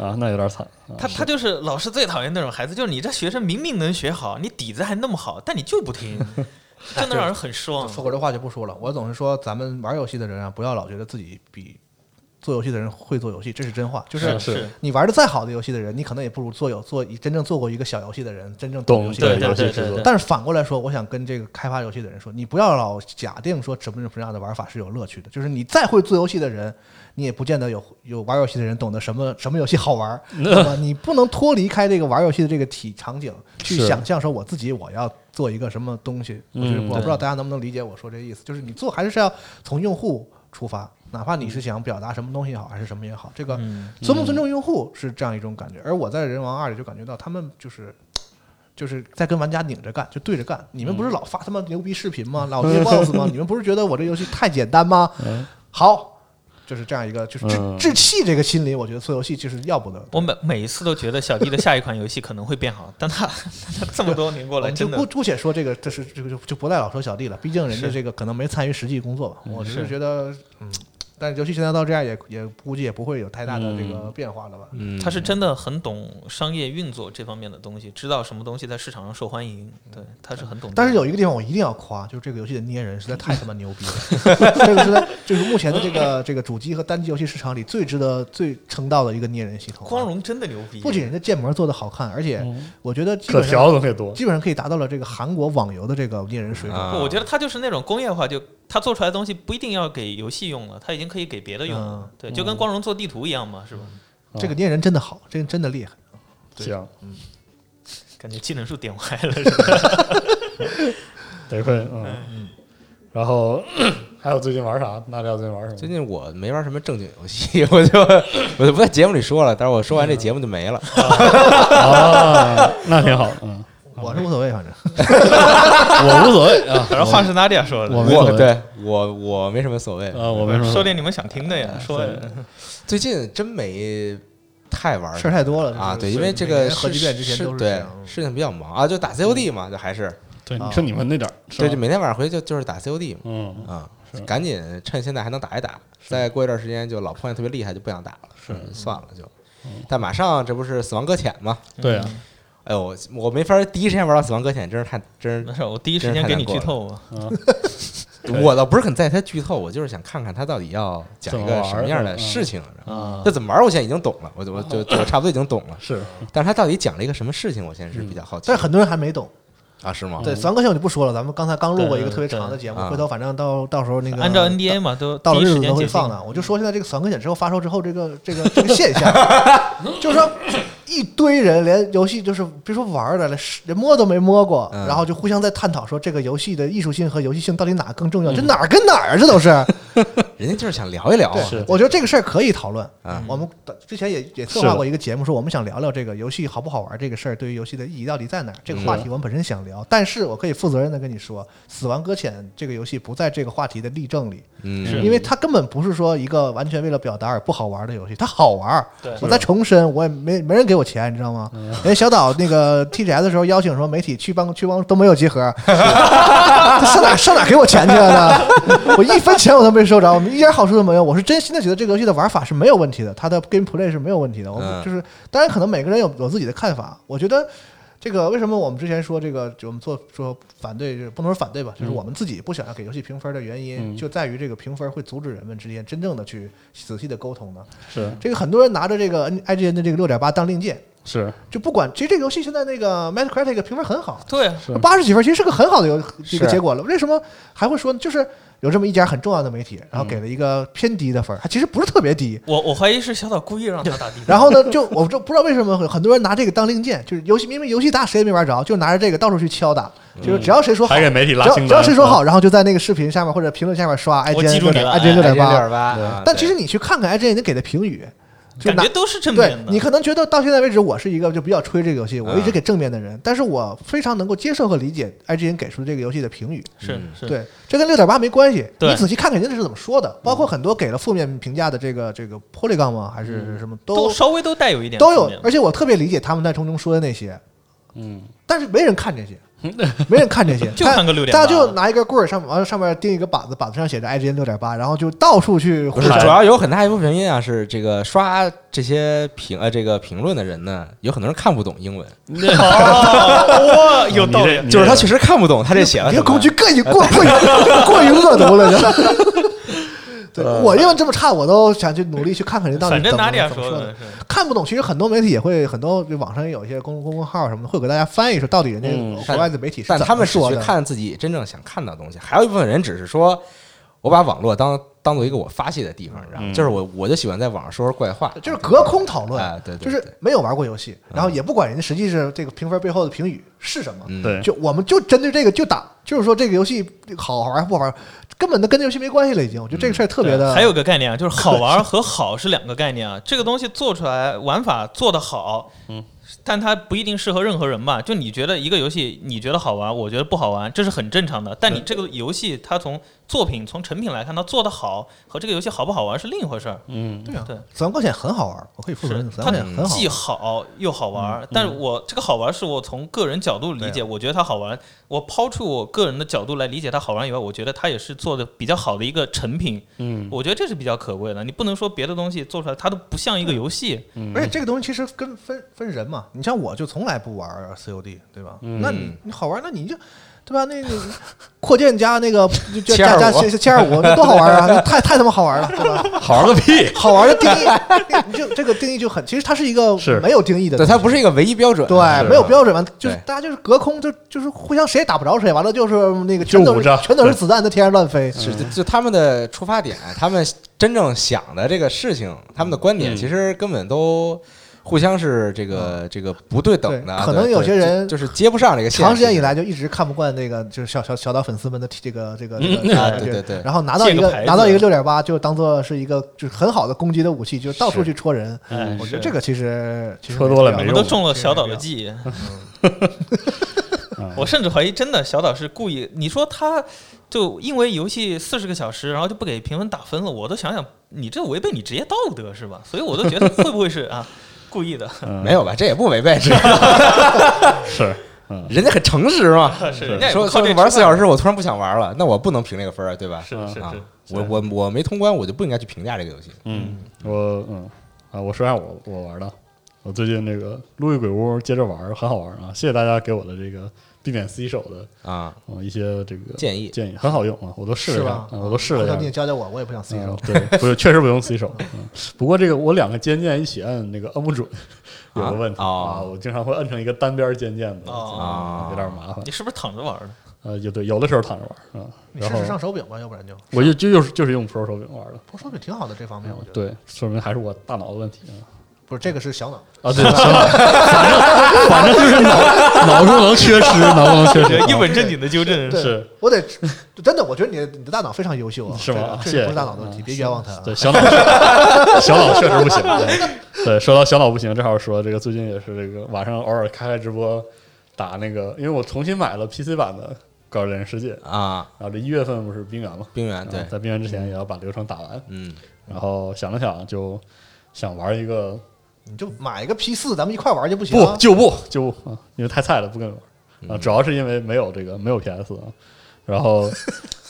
啊，那有点惨，啊他他就是老师最讨厌那种孩子，就是你这学生明明能学好，你底子还那么好，但你就不 *laughs* 听，真的让人很失望。说过这话就不说了，我总是说咱们玩游戏的人啊，不要老觉得自己比做游戏的人会做游戏，这是真话，啊就是是是你玩的再好的游戏的人，你可能也不如做有做真正做过一个小游戏的人真正懂游懂戏对的对人对游对戏对制作对，但是反过来说，我想跟这个开发游戏的人说，你不要老假定说什么什么样的玩法是有乐趣的，就是你再会做游戏的人，你也不见得有有玩游戏的人懂得什么什么游戏好玩儿，对吧？你不能脱离开这个玩游戏的这个体场景去是想象说我自己我要做一个什么东西，我觉得嗯我不知道大家能不能理解我说这意思，就是你做还是要从用户出发。哪怕你是想表达什么东西也好，还是什么也好，这个嗯尊不尊重用户是这样一种感觉。而我在《人王二》里就感觉到他们就是就是在跟玩家拧着干，就对着干。你们不是老发他妈牛逼视频吗？老虐 BOSS *laughs* 吗？你们不是觉得我这游戏太简单吗？好，就是这样一个就是置嗯置气这个心理，我觉得做游戏就是要不得。我每每一次都觉得小弟的下一款游戏可能会变好，但他 *laughs* 他这么多年过我来，哦们就真的姑姑且说这个，这是这个就就不再老说小弟了，毕竟人家是这个可能没参与实际工作吧。我只是是觉得，嗯，但是游戏现在到这样也也估计也不会有太大的这个变化了吧。嗯，他是真的很懂商业运作这方面的东西，知道什么东西在市场上受欢迎，对，他是很懂的。但是有一个地方我一定要夸，就是这个游戏的捏人实在太他妈牛逼了， *laughs* 这个是在就是目前的这个这个主机和单机游戏市场里最值得最称道的一个捏人系统啊。光荣真的牛逼，不仅人家建模做的好看，而且嗯我觉得基可本上调的东西多。基本上可以达到了这个韩国网游的这个捏人水准。啊不，我觉得他就是那种工业化，就他做出来的东西不一定要给游戏用了，他已经可以给别的用了嗯。对，就跟光荣做地图一样嘛，是吧？这个捏人真的好，真真的厉害。对行，感觉技能树点歪了。得亏哎嗯。然后 *coughs* 还有最近玩啥？那料最近玩什最么？近我没玩什么正经游戏， *laughs* 我就我就不在节目里说了，但是我说完这节目就没了。嗯啊，那挺好。 *laughs* 嗯，啊我是无所谓，反正我无所谓啊，反正话是娜迪亚说我的，没 *laughs* 所我谓对我我没什么所谓。嗯啊，我没什么。说点你们想听的呀。说最近真没太玩事儿太多了啊，就是对，所以因为这每年个核是聚变之前是都是这对样嗯事情比较忙啊，就打 COD 嘛，就还是对，啊你说你们那点儿，是对，吧就每天晚上回去就就是打 COD 嗯，啊是，赶紧趁现在还能打一打，再过一段时间就老碰见特别厉害就不想打了，是算了就。嗯但马上这不是死亡搁浅嘛？对啊，嗯哎呦，我我没法第一时间玩到死亡搁浅，真是太真没事，我第一时间给你剧透啊。啊，是，我倒不是很在意它剧透，我就是想看看它到底要讲一怎么个玩什么样的嗯事情。然后啊这怎么玩？我现在已经懂了，我就我就我差不多已经懂了。是但是它到底讲了一个什么事情，我现在是比较好奇嗯但是很多人还没懂。啊，是吗？对，三个线我就不说了，咱们刚才刚录过一个特别长的节目对对，对回头反正到啊到时候那个按照 NDA 嘛，都到第一了日时子间都解会禁放的。我就说现在这个散搁险之后发售之后，这个这个这个现象， *laughs* 就是说一堆人连游戏就是别说玩儿的，连连摸都没摸过，嗯然后就互相在探讨说这个游戏的艺术性和游戏性到底哪个更重要？嗯这哪儿跟哪儿啊？这都是。 *laughs* 人家就是想聊一聊啊，是我觉得这个事儿可以讨论嗯。我们之前也也策是划的过一个节目，说我们想聊聊这个游戏好不好玩这个事儿，对于游戏的意义到底在哪儿。嗯这个话题我们本身想聊，但是我可以负责任的跟你说，《死亡搁浅》这个游戏不在这个话题的例证里，嗯，是因为它根本不是说一个完全为了表达而不好玩的游戏，它好玩儿。对我再重申，我也没没人给我钱，你知道吗？人家小岛那个 TGS 的时候邀请说媒体去帮去帮都没有集合，他 *laughs* 上 *laughs* 哪上哪给我钱去了啊呢？我一分钱我都没收着，我们一点好处都没有。我是真心的觉得这个游戏的玩法是没有问题的，它的 gameplay 是没有问题的。我嗯们就是当然可能每个人有有自己的看法，我觉得。这个为什么我们之前说这个，就我们做说反对，就是不能说反对吧，就是我们自己不想要给游戏评分的原因，嗯就在于这个评分会阻止人们之间真正的去仔细的沟通呢。是这个很多人拿着这个 N- IGN 的这个六点八当令箭，是就不管，其实这个游戏现在那个 Metacritic 评分很好，对啊，是八十几分，其实是个很好的游一个是结果了。为什么还会说呢？就是有这么一家很重要的媒体，嗯然后给了一个偏低的分儿，它其实不是特别低。我我怀疑是小岛故意让他打地图。 *laughs* 然后呢，就我就不知道为什么很很多人拿这个当令箭，就是游戏明明游戏打谁也没玩着，就拿着这个到处去敲打，嗯就是只要谁说好还，给媒体只拉要清单，只要谁说啊好，然后就在那个视频下面或者评论下面刷 IGN 我记住六你了哎点 IGN 哎六点八，啊八但其实你去看看 IGN 给的评语，就感拿觉都是正对面的，嗯你可能觉得到现在为止，我是一个就比较吹这个游戏，我一直给正面的人，但是我非常能够接受和理解 IGN 给出这个游戏的评语。是嗯是，对，这跟六点八没关系。对嗯你仔细看看人家是怎么说的，包括很多给了负面评价的这个这个 Polygon 吗？还是什么嗯都都稍微都带有一点都有负面，而且我特别理解他们在从中说的那些，嗯，但是没人看这 *laughs* 些，没人看这些，就大看个6.8大家就拿一根棍儿上面，完了上面钉一个靶子，靶子上写着 IGN 六点八，然后就到处去不是，看主要有很大一部分原因啊，是这个刷这些评呃这个评论的人呢，有很多人看不懂英文，哦，嗯哇，有你道这理。你就是这他确实看不懂他这写了你什这么恐惧 *laughs* 过于过过于过于恶毒了，就。 *laughs* 对，我英文这么差，我都想去努力去看看人到底呃反怎正么哪里亚啊怎么的的。是，看不懂，其实很多媒体也会，很多就网上也有一些公公众号什么的，会给大家翻译说到底人嗯家国外的媒体是但怎他么们是说去的。看自己真正想看到的东西，还有一部分人只是说。我把网络当当做一个我发泄的地方，你知道吗？嗯就是我我就喜欢在网上说说怪话，就是隔空讨论，哎对对就是对没有玩过游戏，然后也不管人家实际是这个评分背后的评语是什么，嗯对就我们就针对这个就打，就是说这个游戏好玩不好玩，根本都跟这游戏没关系了，已经。我觉得这个事儿特别的。还有个概念啊，就是好玩和好是两个概念啊。这个东西做出来，玩法做得好，嗯，但它不一定适合任何人吧？就你觉得一个游戏你觉得好玩，我觉得不好玩，这是很正常的。但你这个游戏它从作品从成品来看，它做得好和这个游戏好不好玩是另一回事儿。嗯，对啊，对紫阳光险很好玩，嗯我可以负责任，紫它阳光险很好既好又好玩儿，但是我这个好玩儿是我从个人角度理解，我觉得它好啊玩。我抛出我个人的角度来理解它好玩以外，我觉得它也是做的比较好的一个成品。嗯，我觉得这是比较可贵的。你不能说别的东西做出来它都不像一个嗯游戏。嗯嗯玩，而且这个东西其实跟分分人嘛，你像我就从来不玩 COD，对吧？嗯那你你好玩，那你就。对吧？那 *laughs* 那扩建加那个就就加加725七二五，那多好玩啊！那 *laughs* 太太他妈好玩了，对吧？好玩个屁！好玩的定义， *laughs* 就这个定义就很，其实它是一个是没有定义的东对，西，它不是一个唯一标准，对是没有标准嘛，就是对大家就是隔空就就是互相谁也打不着谁，完了就是那个全就都捂是着全都是子弹在天上乱飞，是就就他们的出发点，他们真正想的这个事情，他们的观点嗯其实根本都互相是这个这个不对等的，嗯啊对可能对有些人就就是接不上这个 *laughs* 现实长时间以来就一直看不惯那个就是小小小岛粉丝们的这个这个这个啊感觉 *laughs* 对对对然后拿到建一个个牌子拿到一个六点八就当做是一个就是很好的攻击的武器，就到处去戳人。哎，嗯我觉是得这个其实其实戳多了我必要没们用都中了小岛没嗯的必要记忆。 *laughs* 我甚至怀疑，真的小岛是故意。你说他就因为游戏四十个小时，然后就不给评分打分了，我都想想，你这违背你职业道德是吧？所以我都觉得会不会是啊，故意的？没有吧？这也不违背，是吧是，人家很诚实嘛。 *laughs* 是人家也不说靠说这玩四小时，时，我突然不想玩了，那我不能评这个分儿，对吧？是是啊是，，我我我没通关，我就不应该去评价这个游戏。嗯，我嗯啊，我说一下我我玩的，我最近这个《路易鬼屋》接着玩儿，很好玩儿啊！谢谢大家给我的这个避免 C 手的啊，啊一些这个建议建议，很好用啊，我都试了是一下吧？嗯我都试了回一下头你，也教教我，我也不想 C 手嗯。对，不是，确实不用 C 手。嗯不过这个我两个键键一起按，那个摁不准，有个问题啊哦啊。我经常会摁成一个单边键键的，啊哦嗯有点麻烦你。是不是躺着玩的？呃，也对，有的时候躺着玩啊。你然试后试上手柄吧，要不然就我就就就是就是用 Pro 手柄玩的，不手柄挺好的这方哎面，我觉得对，说明还是我大脑的问题啊。不是这个是小脑，啊，对，行了，反正反正就是脑脑功能缺失，脑功能缺失对，一本正经的纠正对是我得 *laughs* 真的，我觉得你的你的大脑非常优秀啊，是吗这个这谢个谢嗯不是大脑的问题，别冤枉他啊。对小脑小脑确 *laughs* 实不行。对，说到小脑不行，正好说这个最近也是这个晚上偶尔开开直播打那个，因为我重新买了 PC 版的《高尔人世界》，啊，然后这一月份不是冰原嘛，冰原然后啊对，在冰原之前也要把流程打完，嗯，然后想了想就想玩一个你就买一个 P 四，咱们一块玩就不行不啊？就不就不啊，因为太菜了，不跟你玩嗯啊，主要是因为没有这个没有 PS 啊，*laughs* 然后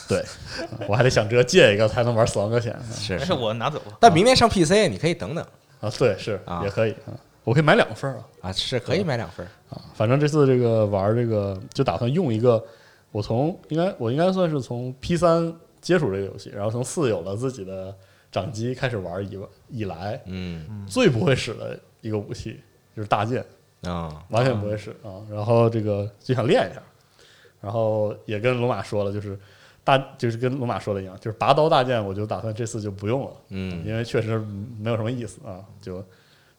对，啊我还得想着借一个才能玩《死亡搁浅》啊是但是我拿走了。但明年上 PC，你可以等等啊，对，是啊也可以啊，我可以买两份儿啊啊，是可以买两份儿啊，反正这次这个玩儿这个就打算用一个，我从应该我应该算是从 P 三接触这个游戏，然后从四有了自己的掌机开始玩儿以以来，嗯最不会使的一个武器就是大剑。啊完全不会使啊。然后这个就想练一下，然后也跟罗马说了，就是大就是跟罗马说的一样，就是拔刀大剑，我就打算这次就不用了，嗯因为确实没有什么意思啊，就。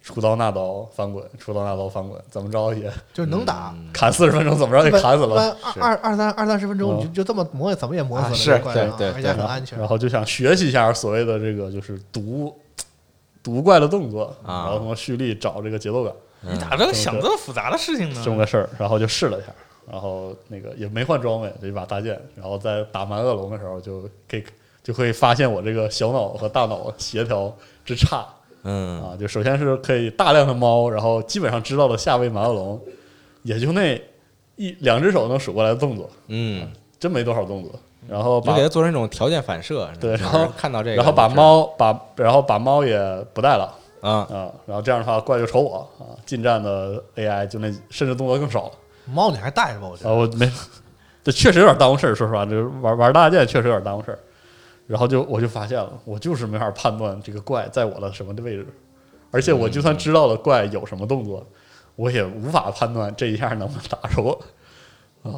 出刀纳刀翻滚，出刀纳刀翻滚，怎么着也就是能打，嗯砍四十分钟，怎么着也砍死了。一般二二二三二三十分钟，嗯你就就这么磨，怎么也磨死啊了，是这怪人啊对对而且对还很安全然。后就想学习一下所谓的这个就是毒毒怪的动作，啊然后通过蓄力找这个节奏感。你咋这个想这么复杂的事情呢？这么个事儿，然后就试了一下，然后那个也没换装备，就一把大剑，然后在打满恶龙的时候就可以就会发现我这个小脑和大脑协调之差嗯啊，就首先是可以大量的猫，然后基本上知道了下位满恶龙，也就那一两只手能数过来的动作，嗯，真没多少动作，然后就把给它做成一种条件反射，对就是然后看到这个，然后把猫把然后把猫也不带了。啊啊，然后这样的话，怪就瞅我啊！近战的 AI 就那，甚至动作更少了。猫你还带着吧，我觉得。啊，我没，这确实有点耽误事儿。说实话，这玩玩大剑确实有点耽误事儿。然后就我就发现了，我就是没法判断这个怪在我的什么的位置，而且我就算知道了怪有什么动作，我也无法判断这一下能不能打着我。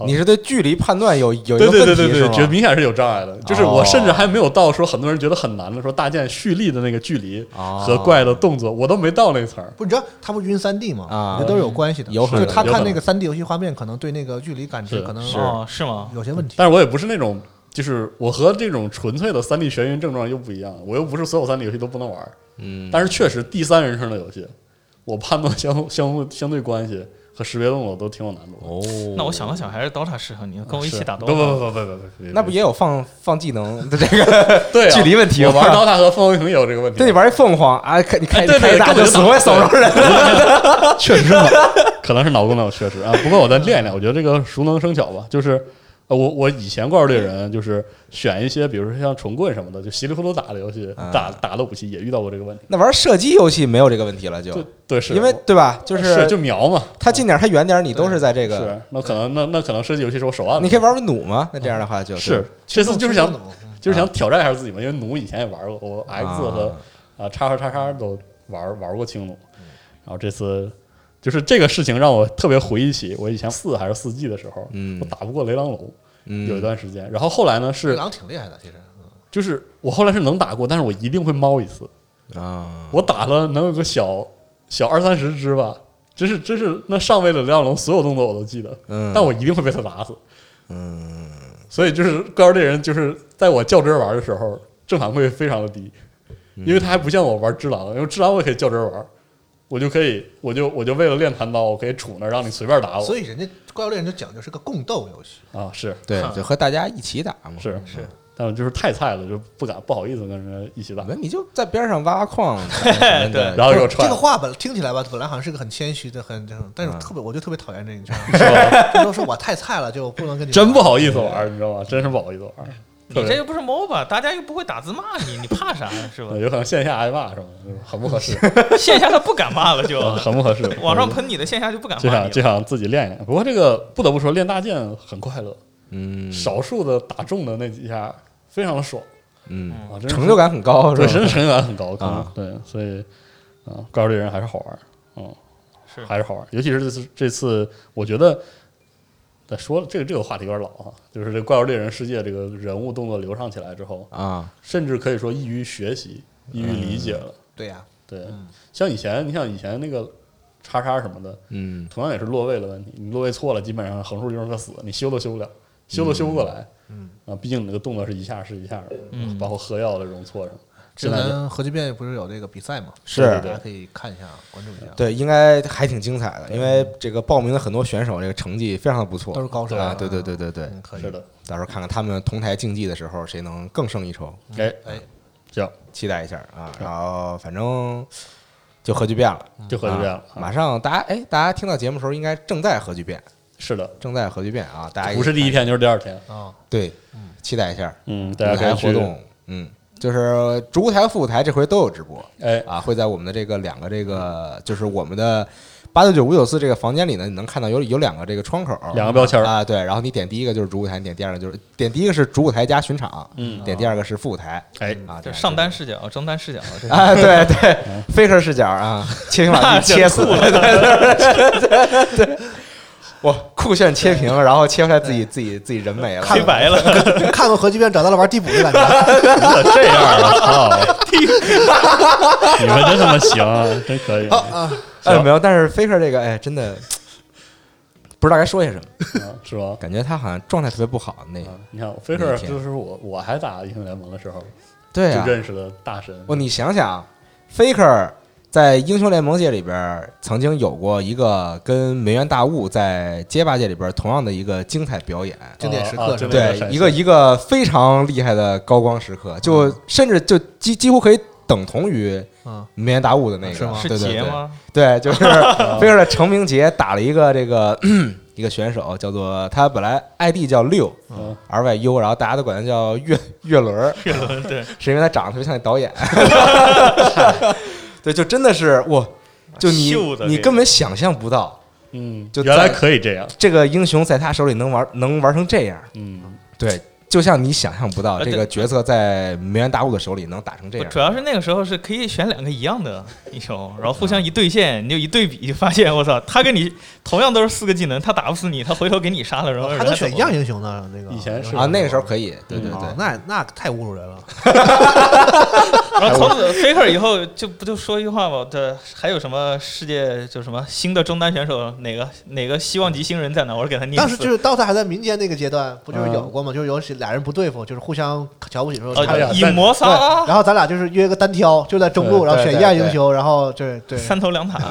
你是对距离判断有有一对个对问对题对是对，吗哦觉得明显是有障碍的。就是我甚至还没有到说很多人觉得很难的说大剑蓄力的那个距离哦和怪的动作，我都没到那层儿。不，你知道他不是晕三 D 吗？啊那都是有关系的。有可就能是他有可看能那个三 D 游戏画面，可能对那个距离感知是可能是哦，是吗？有些问题。但是我也不是那种，就是我和这种纯粹的三 D 眩晕症状又不一样，我又不是所有三 D 游戏都不能玩儿。嗯但是确实第三人称的游戏，我判断相相相对关系和识别动作都挺有难度的。哦，那我想了想，还是刀塔适合你，跟我一起打不刀不塔。不不不不，那不也有放放技能的这个对啊距离问题我玩吗？刀塔和凤凰城有这个问题对，你，玩一凤凰啊，开你开哎对对开打根本就就死打活也扫不着人。 *laughs* 确实是脑，可能是脑功能有缺失啊。不过我再练一练，我觉得这个熟能生巧吧。就是呃我我以前怪物猎人就是选一些，比如说像重棍什么的，就稀里糊涂打的游戏，啊打打的武器也遇到过这个问题。 *laughs* 那玩射击游戏没有这个问题了，就对对，是啊因为对吧？就是就瞄嘛，他近点儿，他远点儿，你都是在这个。是那可能那那可能设计游戏是我手腕子，你可以玩玩弩吗？那这样的话就是这次就轻是想松轻松就是想挑战一下自己嘛，因为弩以前也玩过，我 X 和啊啊叉和叉叉都玩玩过轻弩，然后这次就是这个事情让我特别回忆起我以前四还是四 G 的时候，嗯我打不过雷狼龙嗯有一段时间，然后后来呢这是狼挺厉害的，其实就是我后来是能打过，但是我一定会猫一次，啊，我打了能有个小小二三十只吧。真是真是，那上位的雷狼龙所有动作我都记得，嗯但我一定会被他打死。嗯所以就是《怪物猎人》，就是在我较真儿玩的时候，正反馈非常的低，因为它还不像我玩只狼，因为只狼我也可以较真儿玩，我就可以，我就我就为了练弹刀，我可以杵那儿让你随便打我。所以人家怪物猎人就讲究是个共斗游戏，啊，是对，就和大家一起打嘛。嗯是是，但我就是太菜了，就不敢不好意思跟人家一起打那。你就在边上挖挖 *laughs* 矿，什么的然后给我这踹个了，话本听起来吧，本来好像是个很谦虚的，很这种，但是啊特别我就特别讨厌这一句， *laughs* 是吧？就都说我太菜了，就不能跟你真不玩。好意思玩儿，你知道吗？真是不好意思玩儿。你特这别又不是 MOBA，大家又不会打字骂你，你怕啥呀？是吧呃？有可能线下挨骂什么的，就是很不合适，线下他不敢骂了就，啊很不合适。网上喷你的，线下就不敢就骂想你就了。想自己练一练。不过这个不得不说，练大剑很快乐，嗯少数的打中的那几下非常的爽嗯，啊，真是成就感很高，是对，吧？真是成就感很高，可能、啊对，所以啊，怪物猎人还是好玩儿，嗯，是还是好玩儿，尤其是这次这次，我觉得。再说了，这个这个话题有点老啊，就是这《怪物猎人世界》这个人物动作流畅起来之后，啊，甚至可以说易于学习、易于理解嗯了。对呀，对，像以前，你像以前那个叉叉什么的，嗯同样也是落位的问题，你落位错了，基本上横竖就是个死，你修都修不了，修都修不过来。嗯啊，毕竟你那个动作是一下是一下的，嗯包括喝药的容错上，之现在就前核聚变不是有这个比赛吗？是大家可以看一下，关注一下，对，应该还挺精彩的，因为这个报名的很多选手，这个成绩非常的不错，都是高手啊，对对对对对，嗯，可以是。的，到时候看看他们同台竞技的时候，谁能更胜一筹，哎哎，行，期待一下啊。然后反正就核聚变了，就核聚变了啊，啊马上大家哎，大家听到节目的时候应该正在核聚变，是的，正在核聚变啊，大家不是第一天就是第二天，啊，对，期待一下嗯，舞大家可台以活去，动，嗯，就是主舞台、副舞台这回都有直播，哎，啊，会在我们的这个两个这个就是我们的八九九五九四这个房间里呢，你能看到有有两个这个窗口，两个标签儿，啊，对，然后你点第一个就是主舞台，你点第二个就是点第一个是主舞台加巡场，嗯，点第二个是副舞台哎，啊，这这样上单视角、中单视角，这 *laughs* 啊，对对，faker 嗯视角啊，切屏 *laughs* 把自己切死了， *laughs* 对对对对对，哇，酷炫切屏，然后切回来自己自己自己人没了， *laughs* 黑白了。看过核聚变，找到了玩地补的感觉。这样啊，操，你们真他妈行啊，真 *laughs* 可以，哎，没有，但是 faker 这个哎，真的不知道该说些什么，啊是吧？感觉他好像状态特别不好那个啊，你看，菲克那天就是我，我还打英雄联盟的时候对就啊，认识了大神，不，你想想，Faker 在英雄联盟界里边儿曾经有过一个跟梅园大悟在街霸界里边儿同样的一个精彩表演。经典时刻啊啊是吧经典对时刻，一个一个非常厉害的高光时刻，就甚至就几几乎可以等同于嗯，梅园大悟的那个，是吗对是对杰对吗？ *laughs* 对，就是菲尔的成名节打了一个这个 *clears throat* 一个选手，叫做他本来 ID 叫六嗯 R Y U，然后大家都管他叫月月轮儿，月轮对，是因为他长得特别像那 *laughs* 导演。对，就真的是哇，就你秀的你这根本想象不到嗯，就原来在可以这样，这个英雄在他手里能玩能玩成这样。嗯，对，就像你想象不到呃这对个角色在梅园大悟的手里能打成这不样主。要是那个时候是可以选两个一样的英雄，然后互相一对线，你就一对比，就发现我操，他跟你同样都是四个技能，他打不死你，他回头给你杀了，然后还能选一样人英雄呢？那个以前是啊，那个时候可以，对对嗯对哦，，那那太侮辱人 *laughs* 了。家走然后 *laughs* 从此 Faker 以后就不就说一句话吗？这还有什么世界就什么新的中单选手哪个哪个希望级新人在哪？我给他念当死时就是到他还在民间那个阶段，不就是有过吗？就是有起俩人不对付，就是互相瞧不起说，哎呀呃，以但摩擦对，啊，然后咱俩就是约个单挑，就在中路，对然对后选一对样对英雄，然后对对三头两塔。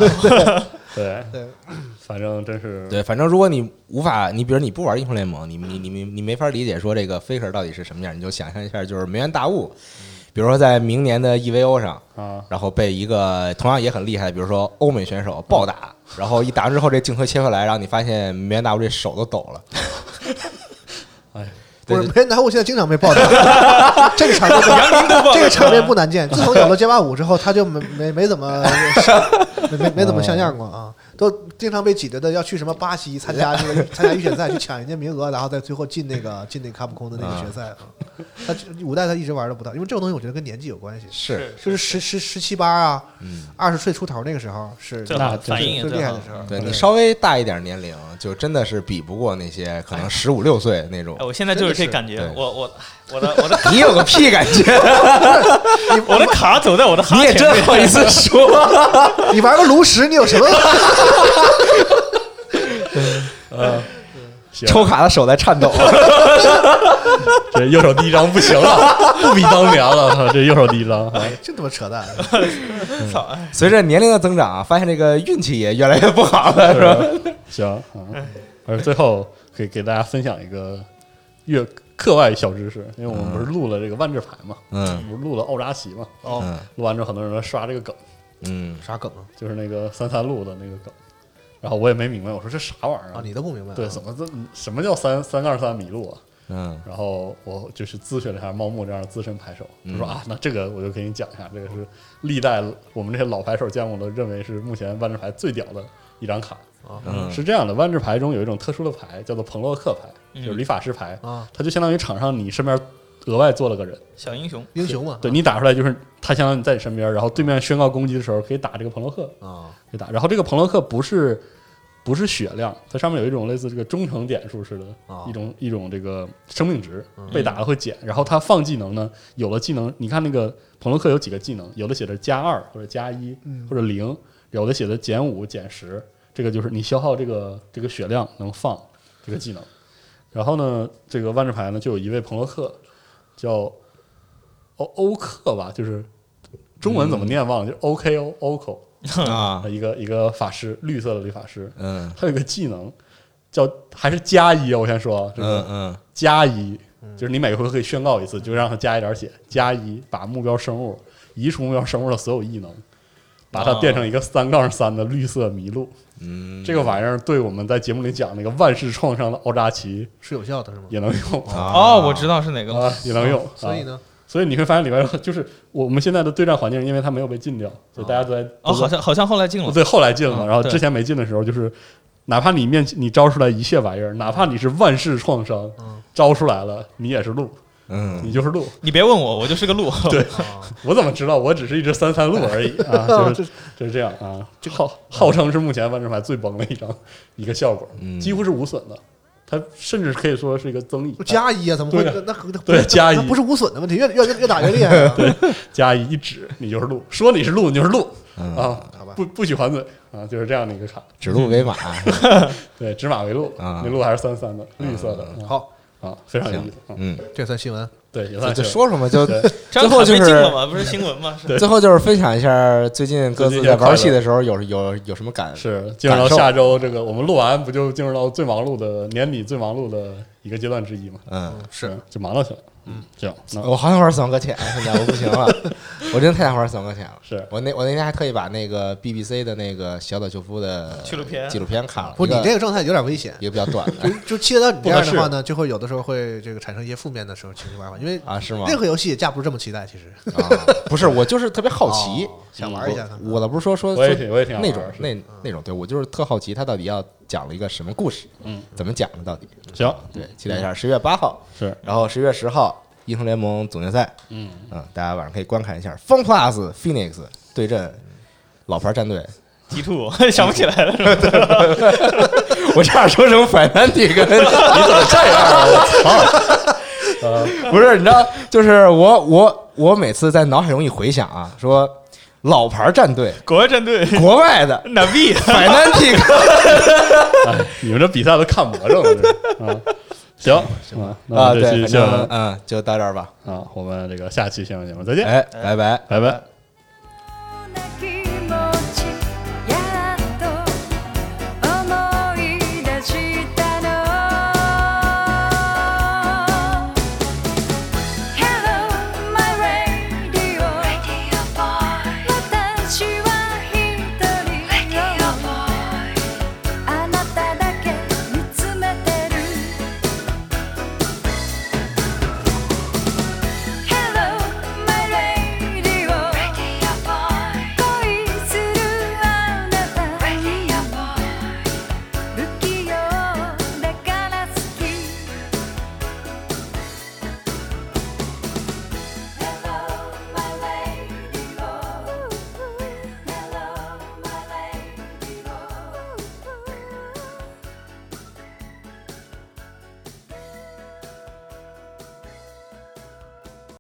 对，对，反正真是对，反正如果你无法，你比如你不玩英雄联盟，你你你你你没法理解说这个 Faker 到底是什么样，你就想象一下，就是梅园大悟，嗯比如说在明年的 EVO 上，啊，然后被一个同样也很厉害的，比如说欧美选手暴打，然后一打完之后这镜头切回来，然后你发现梅园大悟这手都抖了，哎，对不是，梅兰达我现在经常被 *laughs* 报道，这个场面不难，这个场面不难见。自从有了街霸五之后，他就没没没怎 *laughs* 么没没没怎么像样过啊，都经常被挤得的要去什么巴西参加这个参加预选赛，去抢人家名额，然后再最后进那个进那个卡普空的那个决赛啊。他五代他一直玩的不到，因为这种东西我觉得跟年纪有关系，是，就是十十十七八啊，嗯，二十岁出头那个时候是这最那真反是应也厉最害好的时候。啊对你稍微大一点年龄，就真的是比不过那些可能十五六岁那种哎，，我现在就是这感觉真的，是我我我的我的你有个屁感觉，我的卡走在我的哈你也前真面，好意思说，你玩个炉石，你有什么？呃，行抽卡的手在颤抖。这右手第一张不行了，不比当年了，操这右手第一张，啊 *laughs* 这他妈扯淡！操！*laughs* 哎随着年龄的增长啊，发现这个运气也越来越不好了， *laughs* 是吧？是吧 *laughs* 行，嗯，而最后给给大家分享一个越课外小知识，因为我们不是录了这个万智牌嘛，嗯，不是录了奥扎奇嘛，哦，嗯录完之后很多人都刷这个梗，嗯，啥梗啊？就是那个三三路的那个梗，然后我也没明白，我说这啥玩意儿啊，你都不明白啊？对，怎么这什么叫三三杠三迷路啊？嗯，然后我就是咨询了一下猫木这样的资深牌手，他说嗯啊，那这个我就给你讲一下，这个是历代我们这些老牌手见过的，认为是目前万智牌最屌的一张卡。嗯啊是这样的，万智牌中有一种特殊的牌叫做彭洛克牌，就是理发师牌，啊，它就相当于场上你身边额外坐了个人，小英雄，英雄嘛，啊对你打出来就是他相当于在你身边，然后对面宣告攻击的时候可以打这个彭洛克，啊，可以打。然后这个彭洛克不是不是血量，它上面有一种类似这个忠诚点数似的哦一种一种这个生命值，被打了会减。然后它放技能呢，有了技能，你看那个彭洛克有几个技能，有的写着加二或者加一嗯或者零，有的写的减五减十，这个就是你消耗这个这个血量能放这个技能。然后呢，这个万智牌呢就有一位彭洛克叫欧欧克吧，就是中文怎么念忘了，就是 O K O O K O。 *laughs* 啊，一个一个法师，绿色的理发师，嗯他有一个技能叫还是加一啊，我先说啊，这嗯个嗯加一，就是你每回可以宣告一次，就让他加一点血，加一把目标生物移除目标生物的所有异能，把它变成一个三杠三的绿色麋鹿。嗯，这个玩意儿对我们在节目里讲那个万世创伤的奥扎奇是有效的是吗？也能用啊，哦，我知道是哪个了，也能用。啊所以，呢，所以你会发现里边有就是我们现在的对战环境，因为它没有被禁掉，所以大家都在哦，都在好像好像后来进了，对，后来进了，嗯然后对之前没进的时候，就是哪怕你面你招出来一切玩意儿，哪怕你是万世创伤嗯，招出来了，你也是鹿，嗯你就是鹿。你别问我，我就是 *laughs* 个鹿，对啊，我怎么知道？我只是一只三三鹿而已啊，就是就是这样啊，号号称是目前万智牌最崩的一张一个效果，嗯几乎是无损的，它甚至可以说是一个增益不加一啊，怎么会？对啊那那可那对加一那不是无损的问题，越越越越打越厉 *laughs* 害啊。加一一指，你就是鹿，说你是鹿，你就是鹿嗯，啊好吧，不不许还嘴啊，就是这样的一个卡，指鹿为马，对，指马为鹿，啊那鹿还是三三的，绿色的啊好，啊，非常有意行思啊，嗯，这算新闻。对，也就 *laughs* 算嗯就是说说嘛，就对这样最后卡被就是禁了嘛，不是新闻嘛，是最后就是分享一下最近各自在玩游戏的时候有有有什么感是进入到下周这个，我们录完不就进入到最忙碌的年底最忙碌的一个阶段之一嘛？嗯，是，就忙到起来。嗯，行，那我好想玩死亡搁浅，啊现在我不 *laughs* 行了，我真太想玩死亡搁浅了。是我那我那天还特意把那个 BBC 的那个小岛秀夫的纪录片纪录片看了，不，你一个这个状态有点危险。也比较短的就就切到你这样不合的适话呢，就会有的时候会这个产生一些负面的时候情绪玩法，因为啊，是吗？任何游戏也架不住这么期待。其实啊，不是，我就是特别好奇哦，想玩一下看看我我倒不是说说我也说挺我也挺想那玩种是那那种，对我就是特好奇，他到底要讲了一个什么故事？嗯，怎么讲的？到底？行，对，期待一下十月八号，是，然后十月十号英雄联盟总决赛，嗯，嗯，大家晚上可以观看一下 Fun Plus Phoenix 对阵老牌战队。 T two，想不 *laughs* 起来了，是吧？ *laughs* 我差点说成 Fnatic，你 *laughs* 怎么这样？ *laughs* 呃，不是，你知道，就是我我我每次在脑海中一回想啊，说老牌战队，国外战队 *laughs* 国外的 *laughs* 哪币？ Fnatic 哎你们这比赛都看魔怔了这，啊，行，行吧，那 *laughs* 啊，我们对，这期反新正闻嗯，就到这儿吧。啊，我们这个下期新闻节目再见，哎，拜拜。拜拜。